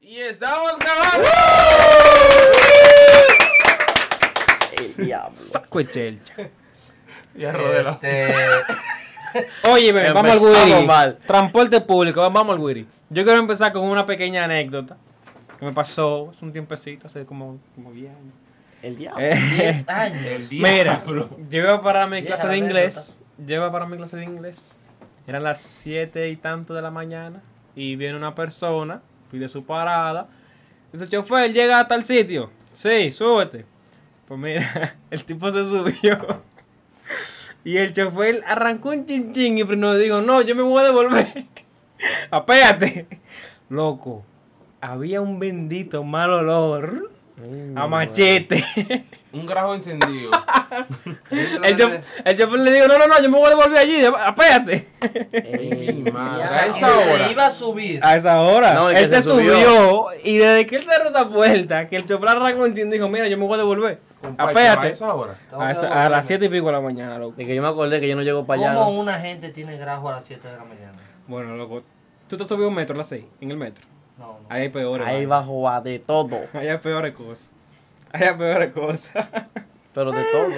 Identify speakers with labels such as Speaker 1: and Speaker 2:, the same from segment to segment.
Speaker 1: Y estamos grabando.
Speaker 2: El diablo.
Speaker 3: Saco de chelcha.
Speaker 1: Ya rodela.
Speaker 2: Este.
Speaker 3: Oye, bebé, vamos al
Speaker 2: Empezamos
Speaker 3: Guiri.
Speaker 2: mal.
Speaker 3: Transporte público, vamos al Guiri. Yo quiero empezar con una pequeña anécdota que me pasó hace un tiempecito, hace como, como 10 años.
Speaker 2: El diablo.
Speaker 3: Eh,
Speaker 2: 10 años.
Speaker 3: Mira, yo iba para mi
Speaker 2: Vieja
Speaker 3: clase de
Speaker 2: la
Speaker 3: inglés. Yo iba para mi clase de inglés. Eran las 7 y tanto de la mañana. Y viene una persona, fui de su parada. Dice, chofer, llega a tal sitio. Sí, súbete. Pues mira, el tipo se subió. Y el chofer arrancó un chinchín y frenó. Digo, no, yo me voy a devolver. Apéate. Loco, había un bendito mal olor a machete.
Speaker 1: Un grajo encendido.
Speaker 3: El, cho- el chofer le digo, no, no, no, yo me voy a devolver allí, de- apéate.
Speaker 1: Ay, mi
Speaker 3: Ah,
Speaker 1: madre.
Speaker 2: Ya,
Speaker 1: A
Speaker 2: que
Speaker 1: esa hora.
Speaker 2: Se iba a subir.
Speaker 3: A esa hora.
Speaker 2: No, el que
Speaker 3: él
Speaker 2: se
Speaker 3: se,
Speaker 2: subió.
Speaker 3: subió. y desde que él cerró esa puerta, que el chofer arrancó un chin, dijo, mira, yo me voy a devolver.
Speaker 1: Compadre, A
Speaker 3: Apéate.
Speaker 1: esa hora.
Speaker 2: Tengo que
Speaker 3: A, esa- a
Speaker 2: devolverme.
Speaker 3: las 7 y pico de la mañana, loco.
Speaker 4: De que yo me acordé que yo no llego para allá.
Speaker 2: ¿Cómo
Speaker 4: ¿no?
Speaker 2: una gente tiene grajo a las 7 de la mañana?
Speaker 3: Bueno, loco, tú te subes un metro a las 6, en el metro.
Speaker 2: No, no.
Speaker 3: Ahí hay peores.
Speaker 4: Ahí
Speaker 3: vainas.
Speaker 4: bajo a de todo.
Speaker 3: Ahí hay peores cosas. Ahí hay peores cosas.
Speaker 4: Pero de todo.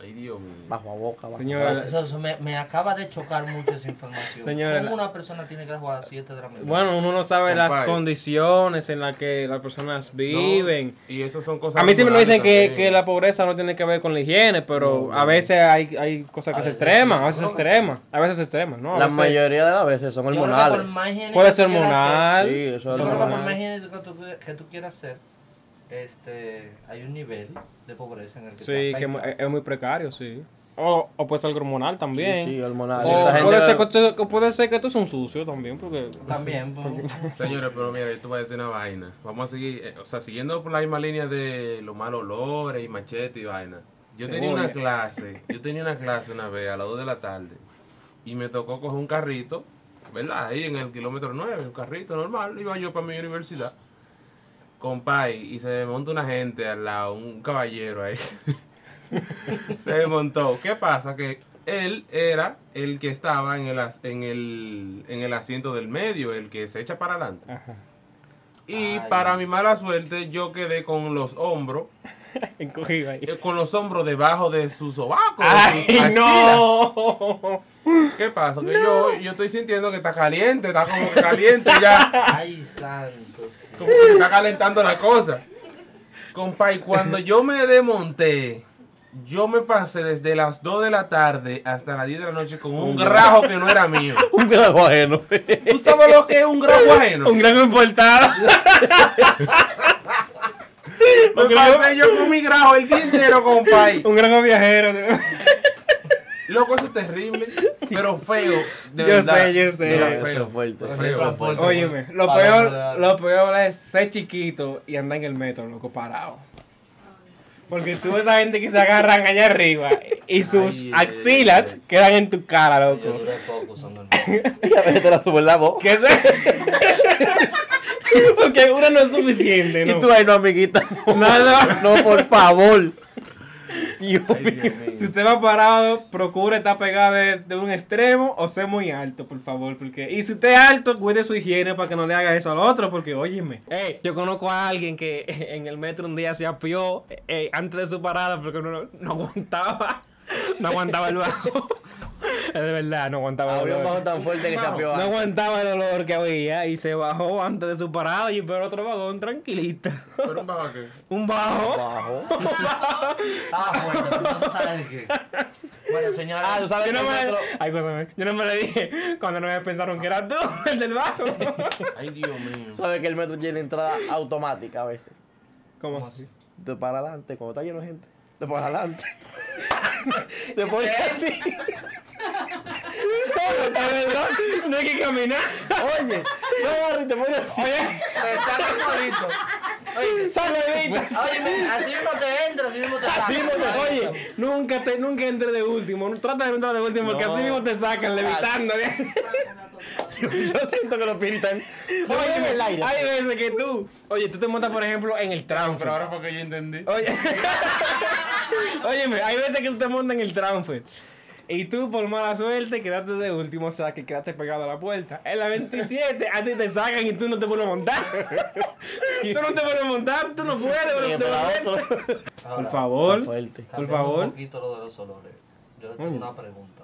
Speaker 1: Ay, Dios mío.
Speaker 4: Bajo a boca, bajo.
Speaker 3: Señor.
Speaker 2: Eso, eso- eso me, me acaba de chocar mucho esa información.
Speaker 3: Señora,
Speaker 2: ¿Cómo
Speaker 3: la-
Speaker 2: una persona tiene grajo a las 7 de la mañana?
Speaker 3: Bueno, uno no sabe las
Speaker 1: Compadre.
Speaker 3: condiciones en las que las personas
Speaker 1: No,
Speaker 3: viven.
Speaker 1: Y eso son cosas.
Speaker 3: A mí siempre me
Speaker 1: naturales
Speaker 3: dicen que,
Speaker 1: también.
Speaker 3: que la pobreza no tiene que ver con la higiene, pero a veces hay, hay cosas
Speaker 2: A
Speaker 3: que se
Speaker 2: veces
Speaker 3: extreman,
Speaker 2: sí.
Speaker 3: a veces se
Speaker 2: No,
Speaker 3: extreman, a veces se extreman, ¿no? A
Speaker 4: La
Speaker 3: veces-
Speaker 4: mayoría de las veces son
Speaker 2: Yo creo que por
Speaker 4: hormonales.
Speaker 2: más higiene
Speaker 3: Puede
Speaker 2: que
Speaker 3: ser
Speaker 2: tú quieras hacer-
Speaker 3: hormonal.
Speaker 4: Sí, eso
Speaker 2: Yo
Speaker 4: es
Speaker 2: creo que por
Speaker 3: hormonal.
Speaker 4: hormonal.
Speaker 2: más higiene que tú, que tú quieras hacer, este, hay un nivel de pobreza en el que
Speaker 3: Sí,
Speaker 2: te
Speaker 3: que es mu- eh,
Speaker 2: afecta.
Speaker 3: es muy precario, sí. O, o puede ser algo hormonal también.
Speaker 4: Sí, sí, hormonal.
Speaker 3: O
Speaker 4: Esa gente
Speaker 3: puede, ser
Speaker 4: que-
Speaker 3: que, tú- puede ser que tú seas un sucio también, porque...
Speaker 2: También, pues,
Speaker 1: Señores, pero mira, yo te voy a decir una vaina. Vamos a seguir, eh, o sea, siguiendo por la misma línea de los malos olores y machete y vaina. Yo
Speaker 3: Te
Speaker 1: tenía
Speaker 3: odia.
Speaker 1: una clase, yo tenía una clase una vez a las 2 de la tarde y me tocó coger un carrito, ¿verdad? Ahí en el kilómetro 9, un carrito normal, iba yo para mi universidad. Compay, y se monta una gente al lado, un caballero ahí. se montó. ¿Qué pasa? Que él era el que estaba en el, as- en el, en el asiento del medio, el que se echa para adelante.
Speaker 3: Ajá.
Speaker 1: Y
Speaker 2: Ay.
Speaker 1: para mi mala suerte, yo quedé con los hombros,
Speaker 3: Encogido ahí.
Speaker 1: eh, con los hombros debajo de sus sobacos. de
Speaker 3: ¡Ay,
Speaker 1: sus axilas.
Speaker 3: no!
Speaker 1: ¿Qué pasa? Que yo, yo estoy sintiendo que está caliente, está como que caliente ya,
Speaker 2: ay, santos.
Speaker 1: como que está calentando la cosa. Compa, y cuando yo me desmonté, yo me pasé desde las 2 de la tarde hasta las 10 de la noche con un grajo que no era mío.
Speaker 4: Un grajo ajeno.
Speaker 1: ¿Tú sabes lo que es un grajo ajeno?
Speaker 3: Un gran importado.
Speaker 1: Me pasé yo con mi grajo el día entero, compa.
Speaker 3: un gran viajero.
Speaker 1: Loco, eso es terrible, pero feo. De
Speaker 3: Yo
Speaker 1: verdad.
Speaker 3: sé, yo sé.
Speaker 1: Pero
Speaker 4: Eso
Speaker 1: feo.
Speaker 4: es fuerte.
Speaker 1: Pero
Speaker 2: El
Speaker 1: feo.
Speaker 2: transporte,
Speaker 3: Óyeme,
Speaker 2: pues,
Speaker 3: lo
Speaker 2: para
Speaker 3: peor,
Speaker 2: verdad.
Speaker 3: lo peor es ser chiquito y andar en el metro, loco, parado. Porque tú ves a gente que se agarran allá arriba y sus
Speaker 1: Ay, ay,
Speaker 3: axilas
Speaker 1: ay.
Speaker 3: quedan en tu cara,
Speaker 2: Yo
Speaker 3: loco.
Speaker 2: duré poco usando el metro.
Speaker 4: Y a veces te la subo en la voz.
Speaker 3: Que eso Porque una no es suficiente, ¿no?
Speaker 4: Y tú ahí no, amiguita.
Speaker 3: Nada.
Speaker 4: No, por favor. Dios
Speaker 1: Ay, Dios
Speaker 4: mío.
Speaker 1: mío.
Speaker 3: Si usted va parado, procure estar pegado de, de un extremo o sea muy alto, por favor. porque Y si usted es alto, cuide su higiene para que no le haga eso al otro, porque óyeme. Ey, yo conozco a alguien que eh, en el metro un día se apió eh, antes de su parada porque no, no aguantaba. No aguantaba el bajo. Es de verdad, no aguantaba el
Speaker 4: Había un bajo
Speaker 3: olor.
Speaker 4: tan fuerte que se apió.
Speaker 3: No aguantaba el olor que había y se bajó antes de su parada y pero otro vagón tranquilito.
Speaker 1: Pero un bajo que-
Speaker 3: Un bajo.
Speaker 4: Bajo.
Speaker 2: Estaba fuerte, pero no se sabe de qué. Bueno, señora.
Speaker 4: Ah, tú sabes
Speaker 3: Yo
Speaker 4: que
Speaker 3: no,
Speaker 4: el
Speaker 3: me,
Speaker 4: metro-
Speaker 3: ay, perdóname. yo no me lo dije cuando no me pensaron que era tú, el del bajo.
Speaker 1: Ay, Dios mío.
Speaker 4: sabes que el metro tiene entrada automática a veces.
Speaker 3: ¿Cómo
Speaker 2: así?
Speaker 4: Te para adelante, cuando está lleno de gente. Te para adelante. te pones así. Solo, te verdad.
Speaker 3: No hay que caminar.
Speaker 4: Oye, no Barry, te pones así.
Speaker 2: Te saca el colito. Oye,
Speaker 3: Sale, Vita.
Speaker 2: oye, men, así mismo te entra, así mismo te saca.
Speaker 3: Así mismo te- oye, nunca, te, nunca entre de último. No, Trata de no entrar de último, porque
Speaker 4: No.
Speaker 3: así mismo te sacan levitando.
Speaker 4: Yo siento que lo pintan.
Speaker 3: Oye,
Speaker 4: en el aire.
Speaker 3: hay veces que tú, oye, tú te montas, por ejemplo, en el
Speaker 1: Pero
Speaker 3: transfer.
Speaker 1: ahora fue que yo entendí.
Speaker 3: Oye, óyeme, hay veces que tú te montas en el transfer. Y tú, por mala suerte, quedaste de último, o sea, que quedaste pegado a la puerta. En la 27, a ti te sacan y tú no te vuelves a montar. tú no te vuelves a montar, tú no puedes.
Speaker 4: Y
Speaker 3: no te
Speaker 4: para Eh,
Speaker 3: vuelves.
Speaker 4: otro.
Speaker 2: Ahora,
Speaker 3: Por
Speaker 4: Está
Speaker 3: favor.
Speaker 4: fuerte.
Speaker 3: Por
Speaker 2: cambiando
Speaker 3: favor.
Speaker 2: un poquito lo de los olores. Yo tengo
Speaker 3: Mm.
Speaker 2: una pregunta.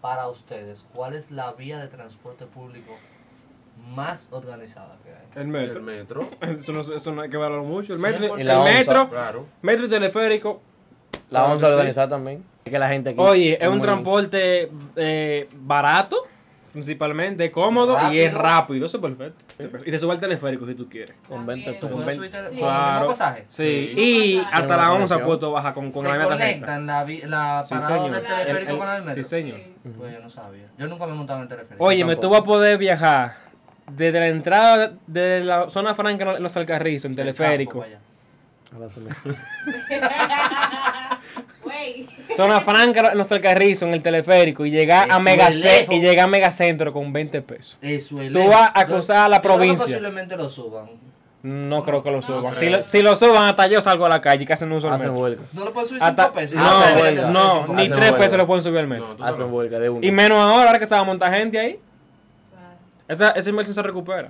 Speaker 2: Para ustedes, ¿cuál es la vía de transporte público más organizada que hay?
Speaker 3: El
Speaker 1: El
Speaker 3: metro.
Speaker 1: metro,
Speaker 3: Eso no, eso no hay que valorarlo mucho. El metro,
Speaker 2: 100%.
Speaker 3: el
Speaker 4: Y la onza.
Speaker 3: metro,
Speaker 1: claro.
Speaker 3: metro y teleférico.
Speaker 4: La
Speaker 3: Claro
Speaker 4: vamos
Speaker 3: que
Speaker 4: a
Speaker 3: sí.
Speaker 4: organizar también. Es que la gente aquí
Speaker 3: Oye, es un
Speaker 4: muy-
Speaker 3: transporte eh, barato, principalmente, cómodo y es
Speaker 2: Rápido.
Speaker 3: rápido. Eso es perfecto. Y te sube al teleférico si tú quieres.
Speaker 4: Con 20
Speaker 2: ¿Tú
Speaker 3: Con
Speaker 2: puedes
Speaker 3: veinte.
Speaker 2: subirte
Speaker 5: Sí.
Speaker 2: con el mismo
Speaker 3: Claro.
Speaker 2: pasaje?
Speaker 3: Sí.
Speaker 1: Sí.
Speaker 3: Y
Speaker 5: Tiene
Speaker 3: hasta
Speaker 4: una
Speaker 3: la 11
Speaker 4: conexión.
Speaker 3: puesto baja con, con
Speaker 2: ¿Se
Speaker 3: la meta recta.
Speaker 2: conectan la, vi- la
Speaker 3: Sí,
Speaker 2: parada
Speaker 3: señor.
Speaker 2: del teleférico
Speaker 3: El- el-
Speaker 2: con el metro?
Speaker 3: Sí, señor.
Speaker 2: Pues yo no sabía. Yo nunca me he montado en el teleférico.
Speaker 3: Oye, me
Speaker 4: tampoco.
Speaker 3: tuvo a poder viajar desde la entrada de la zona franca en los Alcarrizos, en
Speaker 2: Del campo
Speaker 3: teleférico.
Speaker 2: para allá.
Speaker 4: Ahora se me-
Speaker 5: Wey.
Speaker 3: Zona franca en los Alcarrizos, en el teleférico. Y llegar
Speaker 2: Eso
Speaker 3: a
Speaker 2: es
Speaker 3: Megacentro
Speaker 2: lejos.
Speaker 3: y llegar a Megacentro con veinte pesos.
Speaker 2: Eso es
Speaker 3: Tú
Speaker 2: lejos.
Speaker 3: vas a
Speaker 2: Yo-
Speaker 3: cruzar a la
Speaker 2: yo creo que
Speaker 3: provincia.
Speaker 2: Posiblemente lo suban.
Speaker 3: No creo que lo suban.
Speaker 1: creo.
Speaker 3: si, lo, si lo suban, hasta yo salgo a la calle y casi no uso el
Speaker 4: Hacen
Speaker 3: metro.
Speaker 4: huelga.
Speaker 2: No lo pueden subir
Speaker 3: Hasta-
Speaker 2: 5 pesos.
Speaker 4: Ah,
Speaker 3: no,
Speaker 4: hacen
Speaker 2: deberían de
Speaker 4: huelga.
Speaker 2: subir
Speaker 3: no,
Speaker 2: cinco
Speaker 3: ni
Speaker 2: pesos.
Speaker 4: Hacen
Speaker 3: tres
Speaker 4: huelga.
Speaker 3: pesos le pueden subir al metro.
Speaker 1: No, tú no.
Speaker 4: Hacen huelga de uno.
Speaker 3: Y menos ahora, ahora que se va a montar gente ahí. Esa, esa inversión se recupera.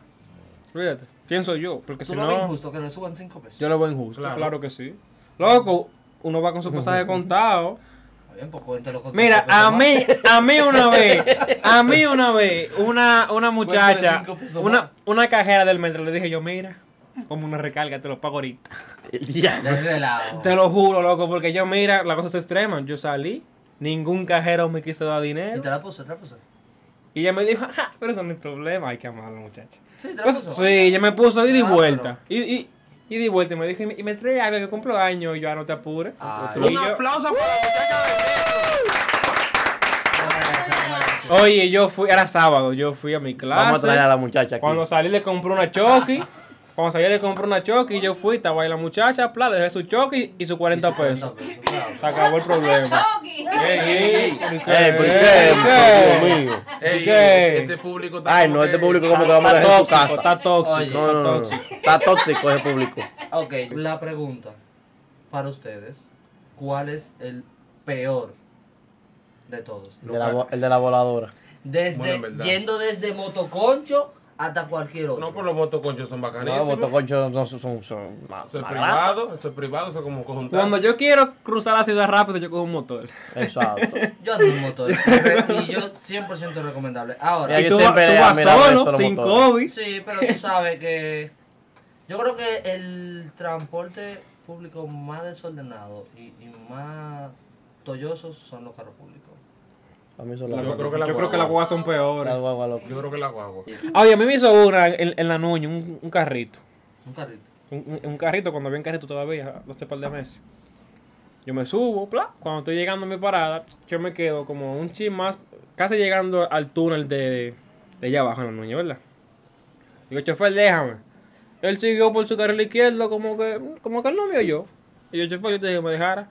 Speaker 3: Fíjate, pienso yo, porque
Speaker 2: Tú
Speaker 3: si
Speaker 2: lo ves
Speaker 3: no,
Speaker 2: injusto que le suban 5 pesos.
Speaker 3: yo lo veo injusto. Claro.
Speaker 1: Claro.
Speaker 3: que sí. Loco, uno va con su pasaje contado.
Speaker 2: Está Bien, pues cuéntelo con
Speaker 3: Mira,
Speaker 2: cinco pesos
Speaker 3: a
Speaker 2: más.
Speaker 3: mí, a mí una vez, a mí una vez, una, una muchacha,
Speaker 2: Cuéntale cinco pesos
Speaker 3: una,
Speaker 2: más.
Speaker 3: una cajera del metro, le dije yo, mira, como una recarga, te lo pago ahorita.
Speaker 4: El diablo.
Speaker 2: De relajo.
Speaker 3: Te lo juro, loco, porque yo, mira, las cosas se extreman. Yo salí, ningún cajero me quiso dar
Speaker 2: Y
Speaker 3: dinero.
Speaker 2: te la puse, te la puse.
Speaker 3: Y ella me dijo, "Ajá, pero eso no es problema, hay que amarlo, muchacha.
Speaker 2: Sí, te la
Speaker 3: Pues,
Speaker 2: puse.
Speaker 3: sí, ella me puso ida y
Speaker 2: Ah,
Speaker 3: vuelta. Y, y, y de vuelta y me dijo, y me, y me trae algo que cumplo años, y yo, "Ah, no te apures.
Speaker 2: Ay,
Speaker 3: Y
Speaker 2: no
Speaker 1: Un
Speaker 3: yo-
Speaker 1: aplauso para la muchacha del metro.
Speaker 2: merece, no merece.
Speaker 3: oye, yo fui, era sábado, yo fui a mi clase.
Speaker 4: Vamos a traer a la muchacha aquí.
Speaker 3: Cuando salí le compré una choqui. Cuando salí le compré una choqui, yo fui, estaba ahí la muchacha, pla, le dejé su choqui y sus 40 pesos.
Speaker 2: claro.
Speaker 3: Se acabó el problema.
Speaker 5: Chucky.
Speaker 1: Ey, ey, ey.
Speaker 3: ¿Por qué?
Speaker 4: ¡Eh, ¿por
Speaker 3: ¿Por qué?
Speaker 4: qué? Dios mío.
Speaker 1: Ey,
Speaker 3: ¿Qué?
Speaker 1: este público está
Speaker 4: Ay,
Speaker 1: como
Speaker 4: no, este
Speaker 1: que-
Speaker 4: público como que vamos a
Speaker 3: Está
Speaker 4: dejar en su
Speaker 3: tóxico,
Speaker 4: casa.
Speaker 3: está tóxico,
Speaker 2: Oye.
Speaker 4: No, no,
Speaker 3: está
Speaker 4: no.
Speaker 3: tóxico.
Speaker 4: Está tóxico ese público.
Speaker 2: Ok, la pregunta para ustedes: ¿Cuál es el peor de todos?
Speaker 4: El de la vo- el de la voladora.
Speaker 1: Bueno,
Speaker 2: Desde,
Speaker 1: en verdad.
Speaker 2: yendo desde motoconcho hasta cualquier otro.
Speaker 1: No, por los motoconchos son
Speaker 4: No,
Speaker 1: bacanísimos.
Speaker 4: motoconchos no son, son, son ma-
Speaker 1: Eso es
Speaker 4: madrazo.
Speaker 1: privado, eso es privado, eso es como conjuntar.
Speaker 3: Cuando yo quiero cruzar la ciudad rápido, yo cojo un motor.
Speaker 4: Exacto.
Speaker 2: Yo ando en motor. y yo 100% recomendable. Ahora,
Speaker 4: Mira,
Speaker 3: Y
Speaker 4: yo
Speaker 3: tú, vas-
Speaker 4: siempre
Speaker 3: tú
Speaker 4: le
Speaker 3: vas
Speaker 4: admiraba eso a
Speaker 3: solo,
Speaker 4: los
Speaker 3: sin
Speaker 4: motores.
Speaker 3: COVID.
Speaker 2: sí, pero tú sabes que. Yo creo que el transporte público más desordenado y, y más tollosos son los carros públicos.
Speaker 4: A mí son
Speaker 3: Yo
Speaker 4: las
Speaker 1: creo que la-
Speaker 3: creo que las guaguas son peores.
Speaker 4: las guaguas, loco.
Speaker 1: Yo creo que la guagua.
Speaker 3: Oye, a mí me hizo una en, en la nuña, un, un carrito.
Speaker 2: Un carrito.
Speaker 3: Un, un- un carrito, cuando había un carrito todavía, hace par de meses. Yo me subo, bla, cuando estoy llegando a mi parada, yo me quedo como un chin más, casi llegando al túnel de, de allá abajo en la nuña, ¿verdad? Digo, chofer, déjame. Él siguió por su carril izquierdo, como que, como que él no vio yo. Y yo, chofer, yo te dije que me dejara.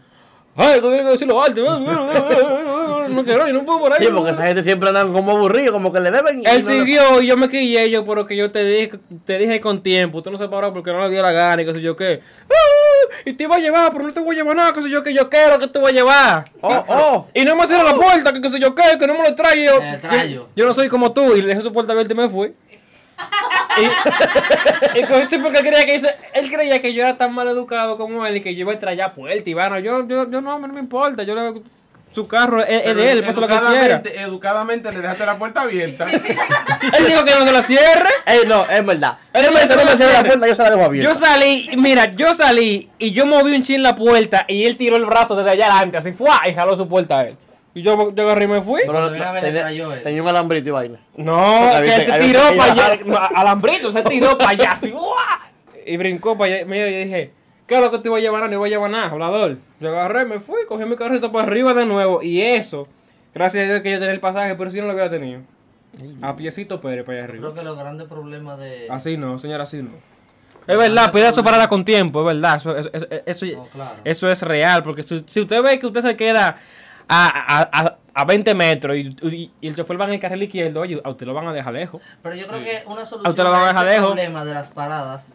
Speaker 3: ¡Ay, tú tienes que decirlo alto! No quiero, yo no puedo por ahí.
Speaker 4: Sí, porque esa gente siempre andan como aburridos, como que le deben. y
Speaker 3: Él
Speaker 4: no le-
Speaker 3: siguió y yo me quillé yo, pero que yo te dije, te dije con tiempo, tú no se paró porque no le dio la gana y qué sé yo qué. ¡Ah! Y te iba a llevar, pero no te voy a llevar nada, qué sé yo qué, yo quiero que te voy a llevar.
Speaker 4: Oh, oh.
Speaker 3: Y no me cierra la puerta, que qué sé yo qué, que no me lo trae yo.
Speaker 2: Me trayo.
Speaker 3: Yo, yo no soy como tú, y le dejé su puerta abierta y me fui. Y, y con- sí, porque él creía, que hice- él creía que yo era tan mal educado como él y que yo iba a traer puerta y bueno, yo, yo, yo no, a mí no me importa, yo le su carro es, es de él, pasa lo que quiera.
Speaker 1: educadamente, educadamente le dejaste la puerta abierta.
Speaker 3: Él dijo que no se la cierre.
Speaker 4: Ey, no, es verdad.
Speaker 3: Él
Speaker 4: Él me
Speaker 3: siempre
Speaker 4: no
Speaker 3: me
Speaker 4: me cierra
Speaker 3: cierra.
Speaker 4: la puerta, yo se la dejo abierta.
Speaker 3: Yo salí, mira, yo salí y yo moví un chin la puerta y él tiró el brazo desde allá adelante, así fue y jaló su puerta a él. Y yo, yo agarré y me fui.
Speaker 4: Pero
Speaker 2: Cuando
Speaker 4: no-
Speaker 2: venga a ver, le trayó
Speaker 4: tenía,
Speaker 2: él.
Speaker 4: tenía un alambrito y vaina.
Speaker 3: No,
Speaker 4: Porque
Speaker 3: que él
Speaker 4: había-
Speaker 3: se
Speaker 4: había
Speaker 3: tiró
Speaker 4: seguido.
Speaker 3: para allá, no, alambrito, se tiró para allá, así, ¡guau! Y brincó para allá. Mira, yo dije, ¿qué es lo que te voy a llevar? No voy a llevar nada, hablador. Yo agarré, me fui, cogí mi carrito para arriba de nuevo y eso, gracias a Dios que yo tenía el pasaje, pero si no lo hubiera tenido. A piecito Pérez para allá
Speaker 2: Yo Creo
Speaker 3: arriba.
Speaker 2: que los grandes problemas de.
Speaker 3: Así no, señora, así no. Es verdad, pedazo parada con tiempo, es verdad. Eso, eso, eso, eso-
Speaker 2: No, claro.
Speaker 3: Eso es real, porque si, si usted ve que usted se queda a, a, a, a 20 metros y, y- y el chofer va en el carril izquierdo, oye, a usted lo van a dejar lejos.
Speaker 2: Pero yo creo que una
Speaker 3: A
Speaker 2: solución
Speaker 3: usted lo van a
Speaker 2: a
Speaker 3: dejar
Speaker 2: ese
Speaker 3: lejos.
Speaker 2: problema de las paradas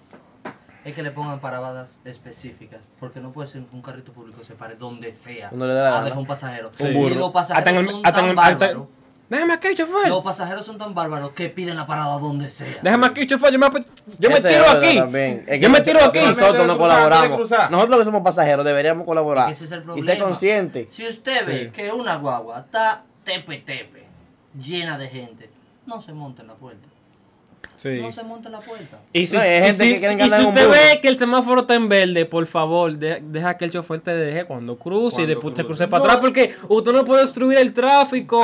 Speaker 2: es que le pongan paradas específicas. Porque no puede ser que un carrito público se pare donde sea.
Speaker 4: Donde le dé la
Speaker 2: a
Speaker 4: gana.
Speaker 2: dejar un pasajero.
Speaker 3: Sí.
Speaker 2: Y
Speaker 3: burro.
Speaker 2: los pasajeros son tan bárbaros.
Speaker 3: Déjame aquí, chofer.
Speaker 2: Los pasajeros son tan bárbaros que piden la parada donde sea.
Speaker 3: Déjame aquí, chofer. Yo me, ap- yo me
Speaker 4: Esa es
Speaker 3: tiro
Speaker 4: otra
Speaker 3: aquí.
Speaker 4: también. Es que
Speaker 3: Yo me tiro aquí.
Speaker 4: Nosotros
Speaker 1: Debe
Speaker 4: no
Speaker 1: cruzar, debe
Speaker 4: colaboramos.
Speaker 1: cruzar.
Speaker 4: Nosotros que somos pasajeros deberíamos colaborar.
Speaker 2: Ese es el
Speaker 4: Ah, Y
Speaker 2: problema.
Speaker 4: ser consciente.
Speaker 2: Si usted ve que una guagua está tepe tepe, llena de gente, no se monte en la puerta.
Speaker 3: Sí.
Speaker 2: No se monte en la puerta.
Speaker 3: Y si,
Speaker 4: No, hay
Speaker 3: y
Speaker 4: gente
Speaker 3: si-
Speaker 4: que quieren
Speaker 3: y si
Speaker 4: ganar un
Speaker 3: usted
Speaker 4: burro.
Speaker 3: ve que el semáforo está en verde, por favor, de- deja que el chofer te deje cuando cruce y
Speaker 1: Cuando
Speaker 3: después te
Speaker 1: cruce.
Speaker 3: cruce para atrás porque usted no puede obstruir el tráfico.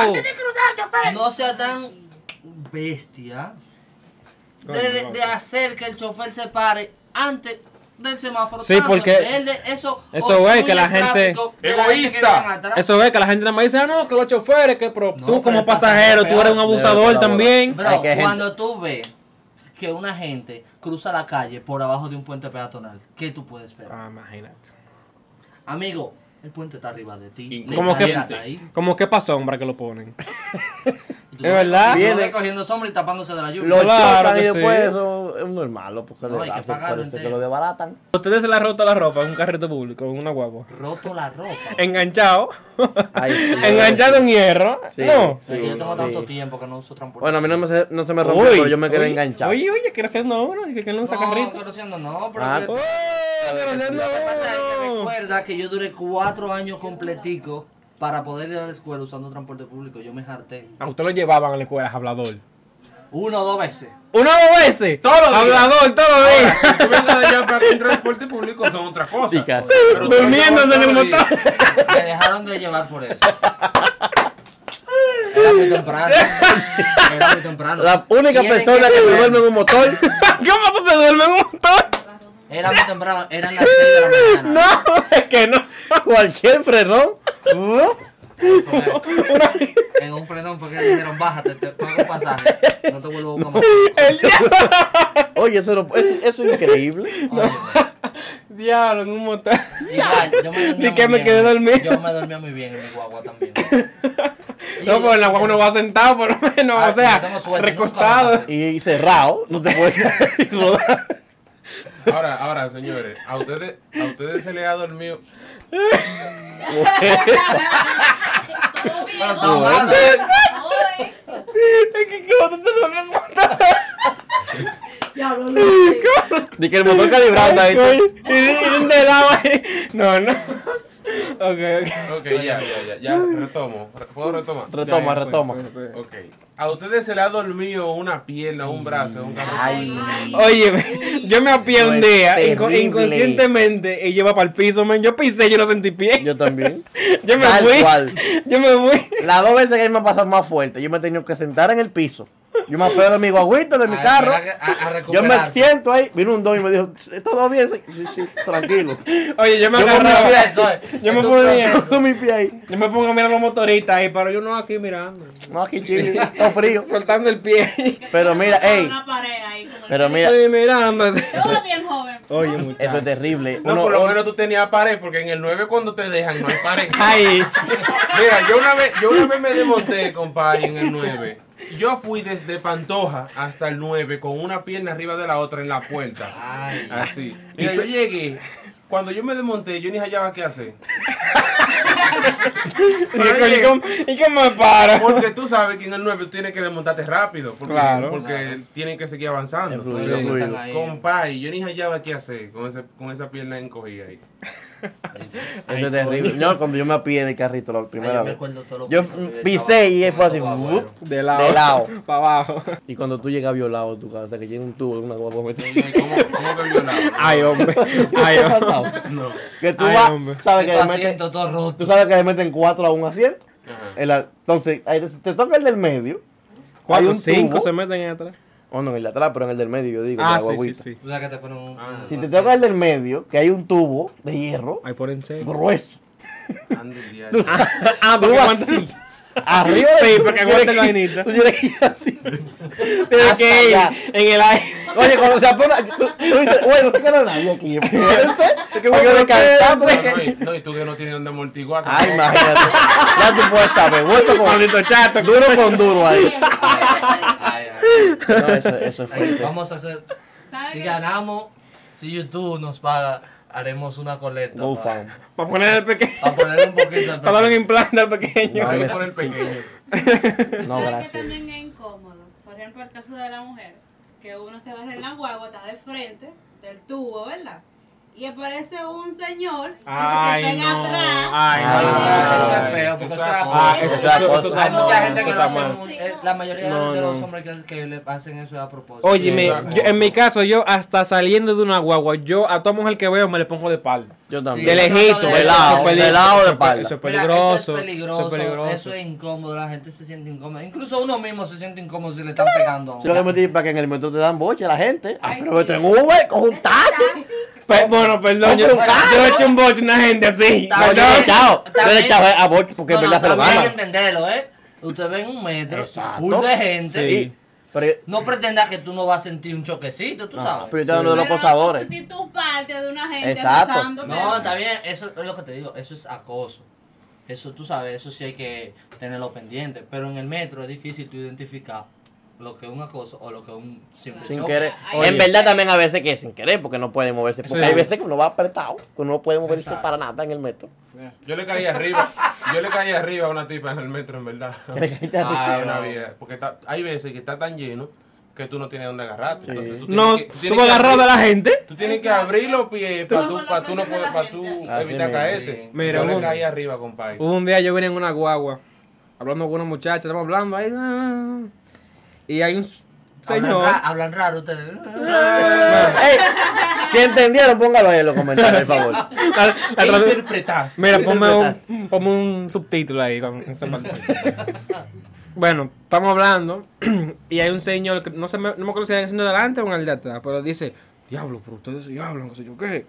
Speaker 2: No sea tan bestia
Speaker 3: Coño,
Speaker 2: de, de
Speaker 3: loco.
Speaker 2: hacer que el chofer se pare antes del semáforo.
Speaker 3: Sí,
Speaker 2: tanto
Speaker 3: porque-
Speaker 2: verde, eso
Speaker 3: eso es
Speaker 2: obstruye
Speaker 3: que la
Speaker 2: el
Speaker 3: gente-
Speaker 2: tráfico de la gente que
Speaker 1: Egoísta.
Speaker 2: viene atrás.
Speaker 3: Eso es que la gente nada más dice, ah, no, que los choferes, que pro-
Speaker 2: No,
Speaker 3: tú
Speaker 2: pero
Speaker 3: como
Speaker 2: el pasajero
Speaker 3: pasajero,
Speaker 2: es
Speaker 3: tú eres un
Speaker 2: peor.
Speaker 3: abusador
Speaker 4: Debe
Speaker 3: también.
Speaker 2: Bro,
Speaker 4: Hay que gente-
Speaker 2: cuando tú ves que una gente cruza la calle por abajo de un puente peatonal, ¿qué tú puedes esperar?
Speaker 3: Ah, imagínate.
Speaker 2: Amigo, el puente está arriba de ti.
Speaker 1: Inconsciente.
Speaker 3: Como que,
Speaker 2: Levántate ahí.
Speaker 3: como que pa' sombra que lo ponen.
Speaker 2: Y tú
Speaker 3: Es
Speaker 2: te-
Speaker 3: verdad.
Speaker 2: tú te
Speaker 4: Viene-
Speaker 2: cogiendo sombra y tapándose de la lluvia.
Speaker 4: Lo
Speaker 3: Claro
Speaker 4: chocan
Speaker 3: que
Speaker 4: y después
Speaker 3: sí.
Speaker 4: eso es normal, lo- porque
Speaker 2: No, hay
Speaker 4: le
Speaker 2: que
Speaker 4: hacen,
Speaker 2: pagarlo
Speaker 4: pero eso es que
Speaker 2: entero.
Speaker 4: lo desbaratan.
Speaker 3: Ustedes se la rota la ropa en un carrito público, en una guagua.
Speaker 2: Roto la ropa.
Speaker 3: Enganchado.
Speaker 4: Ay, sí,
Speaker 3: Enganchado en hierro.
Speaker 4: Sí,
Speaker 3: No.
Speaker 2: O sea, que yo tengo tanto
Speaker 4: sí.
Speaker 2: tiempo que no uso transporte.
Speaker 4: Bueno, a mí no, me se, no se me rompió,
Speaker 3: Uy,
Speaker 4: pero yo me quedé
Speaker 3: oye,
Speaker 4: enganchado.
Speaker 3: Oye, oye, que haciendo uno, dije que no usa
Speaker 2: no,
Speaker 3: carrito.
Speaker 2: conociendo, no, pero
Speaker 4: Ah,
Speaker 2: que-
Speaker 4: pues,
Speaker 3: Oh, que no sea
Speaker 2: lo que pasa es que
Speaker 3: uno.
Speaker 2: recuerda que yo duré cuatro años completico para poder ir a la escuela usando transporte público. Yo me jarté
Speaker 3: A usted lo llevaban a la escuela, hablador.
Speaker 2: una o dos veces.
Speaker 3: Una o dos veces.
Speaker 1: Todos los días.
Speaker 3: Hablador, todos los días.
Speaker 1: Que tú vengas de allá para que el transporte público son otra cosa.
Speaker 4: Sí, casi.
Speaker 1: Pero tú
Speaker 3: Durmiéndose en el
Speaker 1: no vas a
Speaker 3: motor.
Speaker 1: abrir.
Speaker 2: Me dejaron de llevar por eso. Era muy temprano. Era muy temprano.
Speaker 4: la única
Speaker 2: Tienen
Speaker 4: persona que
Speaker 2: verme.
Speaker 4: se duerme en un motor.
Speaker 3: ¿Cómo tú te duermes un montón?
Speaker 2: Era muy temprano. Eran las seis de la mañana.
Speaker 3: No, es que no.
Speaker 4: Cualquier frenón. ¡uh!
Speaker 2: En un frenón porque dijeron, bájate, te pago un pasaje. No te vuelvo a buscar más.
Speaker 3: El diablo.
Speaker 4: Oye, eso, no- eso, eso es increíble.
Speaker 2: Óyeme.
Speaker 3: Diablo, en un montón.
Speaker 2: Igual, yo me dormía
Speaker 3: Ni que
Speaker 2: muy
Speaker 3: me
Speaker 2: bien.
Speaker 3: quedé dormido.
Speaker 2: Yo me dormía muy bien en mi guagua también.
Speaker 4: Ah,
Speaker 3: No, pero en la guagua uno va sentado, por lo menos.
Speaker 2: Ah,
Speaker 3: o sea,
Speaker 2: yo tengo suerte, nunca me
Speaker 3: recostado.
Speaker 2: pasa.
Speaker 4: Y, y cerrado, no te puedes caer y rodar.
Speaker 1: Ahora, ahora, señores, a ustedes, a ustedes se les ha dormido.
Speaker 2: Pero estaba
Speaker 4: Bueno.
Speaker 2: malo.
Speaker 3: Es que ¿cómo tú te duermes un montón?
Speaker 5: Diablo, Luis.
Speaker 4: Ni que el motor calibrando ahí.
Speaker 3: Y de- y de lado ahí. No, no. Ok, ok.
Speaker 1: Ok, ya, ya, ya, ya, retomo. Re- ¿Puedo retomar?
Speaker 4: Retoma,
Speaker 3: Ya, ya,
Speaker 4: retoma.
Speaker 3: pues, pues, pues.
Speaker 1: Ok. A ustedes se les ha dormido una pierna, un brazo, un carro.
Speaker 4: Ay,
Speaker 3: Oye, yo me apié
Speaker 4: Eso
Speaker 3: un
Speaker 4: es
Speaker 3: día inco-
Speaker 4: terrible.
Speaker 3: inconscientemente y lleva para el piso, man. Yo pisé, yo no sentí pie. Yo,
Speaker 4: yo también.
Speaker 3: pues. me
Speaker 4: Tal
Speaker 3: fui.
Speaker 4: cual.
Speaker 3: Yo me fui.
Speaker 4: Las dos veces que me ha pasado más fuerte, yo me he tenido que sentar en el piso. Yo me apego de mi guaguito, de mi
Speaker 2: A-
Speaker 4: carro.
Speaker 2: Ah, espera que- a- a
Speaker 4: Yo me
Speaker 2: recuperarte.
Speaker 4: siento ahí. Vino un don y me dijo, ¿está todo bien? Sí, sí, tranquilo.
Speaker 3: Oye, yo me
Speaker 4: Yo me
Speaker 3: agarraba.
Speaker 4: fui.
Speaker 2: Eso es.
Speaker 3: Yo me
Speaker 2: Es un
Speaker 3: ponía-
Speaker 2: proceso.
Speaker 4: Con mi pie ahí.
Speaker 3: Yo me pongo a mirar los motoristas ahí, pero yo no aquí mirando.
Speaker 4: No, aquí chile, está frío.
Speaker 3: Soltando el pie.
Speaker 4: Pero mira, ey.
Speaker 5: Una pared ahí, como el-
Speaker 4: Pero mira, Oh.
Speaker 3: Estoy mirando así.
Speaker 5: Yo era bien joven.
Speaker 3: Oye, muchacho.
Speaker 4: eso es terrible.
Speaker 1: No,
Speaker 4: Uno-
Speaker 1: por lo
Speaker 4: uno-
Speaker 1: menos tú tenías pared, porque en el 9 cuando te dejan no hay pared.
Speaker 3: Ay,
Speaker 1: Mira, yo una vez, yo una vez me desmonté, compadre, en el 9. Yo fui desde Pantoja hasta el 9 con una pierna arriba de la otra en la puerta.
Speaker 2: Ay,
Speaker 1: Así. Mira, yo llegué. Cuando yo me desmonté, yo ni hallaba qué hacer.
Speaker 3: ¿y co- y cómo, y cómo me paro?
Speaker 1: Porque tú sabes que en el 9 tú tienes que desmontarte rápido. Porque,
Speaker 3: Claro.
Speaker 1: porque
Speaker 2: Claro.
Speaker 1: tienen que seguir avanzando.
Speaker 4: Es fluido,
Speaker 2: oye,
Speaker 4: fluido.
Speaker 2: están ahí.
Speaker 1: Compay, yo ni hallaba qué hacer con, ese, con esa pierna encogida ahí.
Speaker 4: Eso es terrible. No, cuando yo me apié del carrito la
Speaker 2: Ay,
Speaker 4: primera
Speaker 2: yo me
Speaker 4: vez.
Speaker 2: acuerdo todo lo
Speaker 4: Yo
Speaker 2: que viví,
Speaker 4: pisé y
Speaker 2: chaval,
Speaker 4: fue
Speaker 2: con
Speaker 4: así.
Speaker 2: esos guagüeros.
Speaker 4: ¡wup!
Speaker 3: De lado.
Speaker 4: De lado.
Speaker 3: Para abajo.
Speaker 4: Y cuando tú llegas violado a tu casa, que tiene un tubo, una guapa metida.
Speaker 1: Oye, ¿Cómo, cómo que violado?
Speaker 3: Ay, hombre. Ay,
Speaker 4: ¿Qué ha
Speaker 3: hombre.
Speaker 4: pasado?
Speaker 1: No.
Speaker 4: Que tú
Speaker 3: Ay,
Speaker 4: vas,
Speaker 3: hombre.
Speaker 4: sabes que
Speaker 2: Estos
Speaker 4: le meten,
Speaker 2: asientos todos rotos.
Speaker 4: tú sabes que le meten cuatro a un asiento.
Speaker 1: Ajá.
Speaker 4: En la- entonces, ahí te, te toca el del medio. Hay
Speaker 3: Cuatro,
Speaker 4: un
Speaker 3: cinco
Speaker 4: tubo.
Speaker 3: se meten ahí atrás.
Speaker 4: O Oh, no, en el de atrás, pero en el del medio, yo digo.
Speaker 3: Ah,
Speaker 4: la
Speaker 3: sí, sí,
Speaker 4: guaguita.
Speaker 3: sí.
Speaker 2: O sea que te ponen un.
Speaker 1: Ah.
Speaker 4: Si te toca el del medio, que hay un tubo de hierro
Speaker 3: Ahí por en serio.
Speaker 4: grueso.
Speaker 1: Ande el diablo.
Speaker 3: Ah,
Speaker 4: Tú
Speaker 3: porque
Speaker 4: así. Arriba
Speaker 3: Sí,
Speaker 4: del-
Speaker 3: para que aguante la
Speaker 4: tú tienes
Speaker 3: vainita.
Speaker 4: que- Tú tienes que ir así.
Speaker 3: Tiene
Speaker 4: Hasta
Speaker 3: que ir
Speaker 4: allá.
Speaker 3: en el aire.
Speaker 4: Oye, cuando se apona, tú, tú dices, bueno, se queda nadie aquí. Espérense.
Speaker 3: que
Speaker 4: hay que
Speaker 3: bueno,
Speaker 4: descansar,
Speaker 1: No,
Speaker 4: porque-
Speaker 3: pues.
Speaker 1: no, y, no, y tú que no tienes donde amortiguar.
Speaker 4: Ay, imagínate. Ya tú puedes saber. Hueso con
Speaker 3: Maldito chato.
Speaker 4: duro con duro ahí.
Speaker 2: Ay, ay, ay.
Speaker 4: No, eso, eso es
Speaker 2: Ay,
Speaker 4: fuerte.
Speaker 2: Vamos a hacer.
Speaker 5: ¿Sabes
Speaker 2: Si
Speaker 5: qué?
Speaker 2: ganamos, Si YouTube nos paga, haremos una coleta.
Speaker 4: Go
Speaker 2: para-
Speaker 4: found.
Speaker 3: Para poner el pequeño.
Speaker 2: Para ponerle un poquito al
Speaker 3: Para darle un
Speaker 2: pequeño.
Speaker 3: implante al pequeño.
Speaker 1: Ahí
Speaker 4: Vale.
Speaker 1: por el pequeño.
Speaker 4: No,
Speaker 5: ¿Sabes
Speaker 4: gracias.
Speaker 5: que también es incómodo? Por ejemplo, el caso de la mujer, que uno se baja en la guagua, está de frente del tubo, ¿verdad? Y aparece un señor que
Speaker 3: Ay,
Speaker 5: se pega
Speaker 3: no. Ah.
Speaker 5: atrás.
Speaker 3: Ay,
Speaker 4: Ah,
Speaker 3: no.
Speaker 5: Ay,
Speaker 2: Ah, Eso
Speaker 4: Ay,
Speaker 2: es feo, porque
Speaker 1: eso
Speaker 2: eso
Speaker 1: es
Speaker 2: es
Speaker 1: acoso.
Speaker 3: Ah,
Speaker 5: acoso.
Speaker 3: eso, eso, eso,
Speaker 4: Eso
Speaker 3: está
Speaker 2: Hay mucha
Speaker 3: mal,
Speaker 2: gente
Speaker 3: eso
Speaker 2: que lo
Speaker 3: está
Speaker 2: hace,
Speaker 3: mal.
Speaker 2: mu- eh, la mayoría de-
Speaker 3: No,
Speaker 2: de los
Speaker 3: no.
Speaker 2: hombres que, que le hacen eso es a propósito.
Speaker 3: Oye,
Speaker 4: Sí,
Speaker 3: me-
Speaker 1: está
Speaker 3: yo- en
Speaker 1: mal.
Speaker 3: mi caso, yo hasta saliendo de una guagua, yo a toda mujer que veo me le pongo de espalda.
Speaker 4: Yo
Speaker 2: Sí.
Speaker 4: también.
Speaker 3: De lejito,
Speaker 2: no, no,
Speaker 4: de lado,
Speaker 3: Eso es
Speaker 4: de lado o de espalda.
Speaker 3: Eso es
Speaker 2: Mira,
Speaker 3: peligroso.
Speaker 2: eso es peligroso,
Speaker 3: Eso es peligroso.
Speaker 2: eso es incómodo, la gente se siente incómoda. Incluso uno mismo se siente incómodo si le están pegando a
Speaker 4: Si lo
Speaker 2: uno.
Speaker 4: que metí para que en el metro te dan boche a la gente. Ah,
Speaker 5: Ay,
Speaker 4: pero
Speaker 5: sí.
Speaker 4: vete en Uber, coge un taxi.
Speaker 5: Taxi.
Speaker 3: Pe- bueno, perdón, yo,
Speaker 4: Hombre, un carro.
Speaker 3: yo he hecho un boche a una gente así.
Speaker 2: Está
Speaker 4: No,
Speaker 2: bien.
Speaker 3: Perdón.
Speaker 4: yo le he echado. Yo le he
Speaker 2: También-
Speaker 4: echado a boche porque en
Speaker 2: no,
Speaker 4: verdad se lo
Speaker 2: también hay que
Speaker 4: ganan.
Speaker 2: entenderlo, ¿eh? Usted ve en un metro,
Speaker 4: Exacto.
Speaker 2: full de gente.
Speaker 3: Sí.
Speaker 4: Sí. Pero
Speaker 2: No pretendas que tú no vas a sentir un choquecito, tú sabes.
Speaker 4: pero yo te hablo de los
Speaker 5: Pero no
Speaker 4: posadores.
Speaker 5: sentir tu parte de una gente
Speaker 4: Exacto.
Speaker 5: abusándote.
Speaker 2: No, está bien, eso es lo que te digo, eso es acoso. Eso tú sabes, eso sí hay que tenerlo pendiente. Pero en el metro es difícil tú identificar lo que es un acoso o lo que es un simple
Speaker 4: Sin
Speaker 2: choque.
Speaker 4: querer.
Speaker 3: Oye.
Speaker 4: En verdad también a veces que es sin querer porque no puede moverse. Porque
Speaker 3: Sí.
Speaker 4: hay veces que uno va apretado, que uno no puede moverse
Speaker 2: Exacto.
Speaker 4: para nada en el metro.
Speaker 1: Yo le caí arriba. Yo le caí arriba a una tipa en el metro, en verdad.
Speaker 2: Ah,
Speaker 1: Hay una
Speaker 2: no.
Speaker 1: vía, Porque está- hay veces que está tan lleno que tú no tienes dónde agarrarte. Entonces, tú
Speaker 3: No,
Speaker 1: tienes que-
Speaker 3: tú me
Speaker 1: tienes que
Speaker 3: agarras de
Speaker 1: abrir-
Speaker 3: la gente.
Speaker 1: Tú tienes que abrir los pies para tú,
Speaker 5: Tú-
Speaker 1: pa' tú no
Speaker 5: Tú-
Speaker 1: poder- pa' tú
Speaker 5: Así
Speaker 1: evitar
Speaker 4: mismo.
Speaker 1: caerte.
Speaker 2: Sí.
Speaker 3: Mira, Uh,
Speaker 1: yo le
Speaker 3: uno.
Speaker 1: caí arriba, compadre.
Speaker 3: Hubo un día yo venía en una guagua, hablando con una muchacha, estamos hablando ahí. ah, Y hay un
Speaker 2: Hablan,
Speaker 3: señor.
Speaker 2: ra- hablan raro ustedes.
Speaker 4: Ey, si entendieron, póngalo ahí en los comentarios, por favor.
Speaker 3: La- la
Speaker 1: ¿Qué
Speaker 3: tradu-
Speaker 1: interpretaste?
Speaker 3: Mira, ponme un, ponme un subtítulo ahí con esa parte. Bueno, estamos hablando y hay un señor, que no, se me, no me acuerdo si era el señor delante o en el de atrás, pero dice, diablo, pero ustedes se hablan, qué sé yo qué.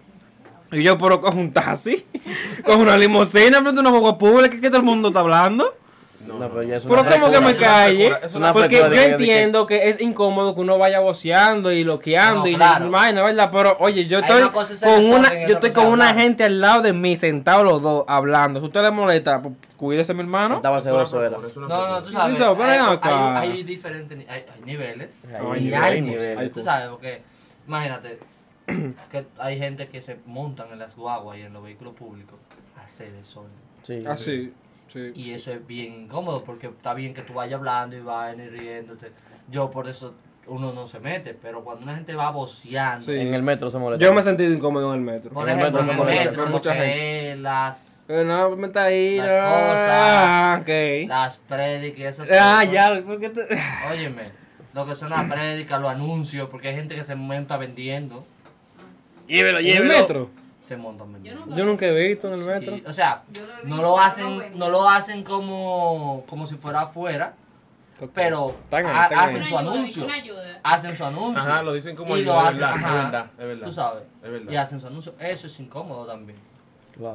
Speaker 3: Y yo, pero cojo un taxi, cojo una limusina, frente a una boca pública, que todo el mundo está hablando.
Speaker 4: No, pero ya es una
Speaker 3: Pero ¿cómo que
Speaker 4: frescura.
Speaker 3: me
Speaker 1: es una
Speaker 3: calle?
Speaker 1: frescura, es
Speaker 4: una
Speaker 3: Porque
Speaker 4: frescura de
Speaker 3: yo
Speaker 4: que- de que-
Speaker 3: entiendo que es incómodo que uno vaya voceando y loqueando
Speaker 2: No,
Speaker 3: y
Speaker 2: claro.
Speaker 3: la vaina, ¿verdad? Pero oye, yo
Speaker 2: Hay
Speaker 3: estoy
Speaker 2: una cosa es ser
Speaker 3: con
Speaker 2: desorden y
Speaker 3: una,
Speaker 2: otra
Speaker 3: yo estoy
Speaker 2: cosa
Speaker 3: con
Speaker 2: es
Speaker 3: una
Speaker 2: hablar.
Speaker 3: gente al lado de mí, sentados los dos, hablando. Si usted le molesta, pues, cuídese, mi hermano.
Speaker 4: Estaba
Speaker 1: Es una
Speaker 4: sedoso, era.
Speaker 1: frescura, es una
Speaker 2: No, no,
Speaker 1: frescura.
Speaker 2: tú
Speaker 3: Sí,
Speaker 2: sabes.
Speaker 3: sí, pero
Speaker 2: hay,
Speaker 3: ven acá.
Speaker 2: hay- hay diferentes ni- hay- hay niveles.
Speaker 4: Hay
Speaker 2: y
Speaker 4: niveles,
Speaker 2: hay
Speaker 4: niveles.
Speaker 2: niveles. Tú sabes, porque imagínate que hay gente que se montan en las guaguas y en los vehículos públicos a hacer desorden.
Speaker 4: Sí.
Speaker 3: Así, Ah, sí.
Speaker 2: Y eso es bien incómodo porque está bien que tú vayas hablando y vayas y riéndote. Yo por eso uno no se mete, pero cuando una gente va voceando,
Speaker 3: Sí.
Speaker 4: En el metro se molesta.
Speaker 3: Yo me he sentido incómodo en el metro.
Speaker 2: por
Speaker 4: En el metro
Speaker 2: ejemplo, en
Speaker 4: se
Speaker 2: el
Speaker 4: molesta,
Speaker 2: metro,
Speaker 3: con
Speaker 2: lo
Speaker 3: mucha
Speaker 2: que es las,
Speaker 3: Eh, No, me está ahí.
Speaker 2: Las
Speaker 3: no.
Speaker 2: cosas.
Speaker 3: Ah, ok.
Speaker 2: las prédicas y esas
Speaker 3: Ah,
Speaker 2: cosas.
Speaker 3: ya, Mm. ¿por qué te-
Speaker 2: Óyeme, lo que son las prédicas, los anuncios, porque hay gente que se monta vendiendo.
Speaker 4: Llévelo,
Speaker 3: ¿En el metro?
Speaker 2: Se montan
Speaker 5: Yo
Speaker 2: vendiendo.
Speaker 5: nunca-
Speaker 3: Yo nunca he visto en el metro.
Speaker 2: Y, o sea,
Speaker 5: Yo lo he visto,
Speaker 2: no
Speaker 5: pero
Speaker 2: lo
Speaker 5: no
Speaker 2: hacen,
Speaker 5: venden.
Speaker 2: no lo hacen como, como si fuera afuera,
Speaker 3: Ok.
Speaker 2: pero
Speaker 3: Están ahí,
Speaker 2: ha-
Speaker 3: están ahí.
Speaker 2: hacen su
Speaker 5: Una ayuda,
Speaker 2: anuncio.
Speaker 5: una ayuda.
Speaker 2: Hacen su anuncio.
Speaker 1: Ajá, lo dicen como
Speaker 2: y
Speaker 1: ayuda,
Speaker 2: lo
Speaker 1: es
Speaker 2: hacen,
Speaker 1: verdad, es
Speaker 2: ajá,
Speaker 1: verdad, es verdad.
Speaker 2: Tú sabes.
Speaker 1: Es verdad.
Speaker 2: Y hacen su anuncio. Eso es incómodo también.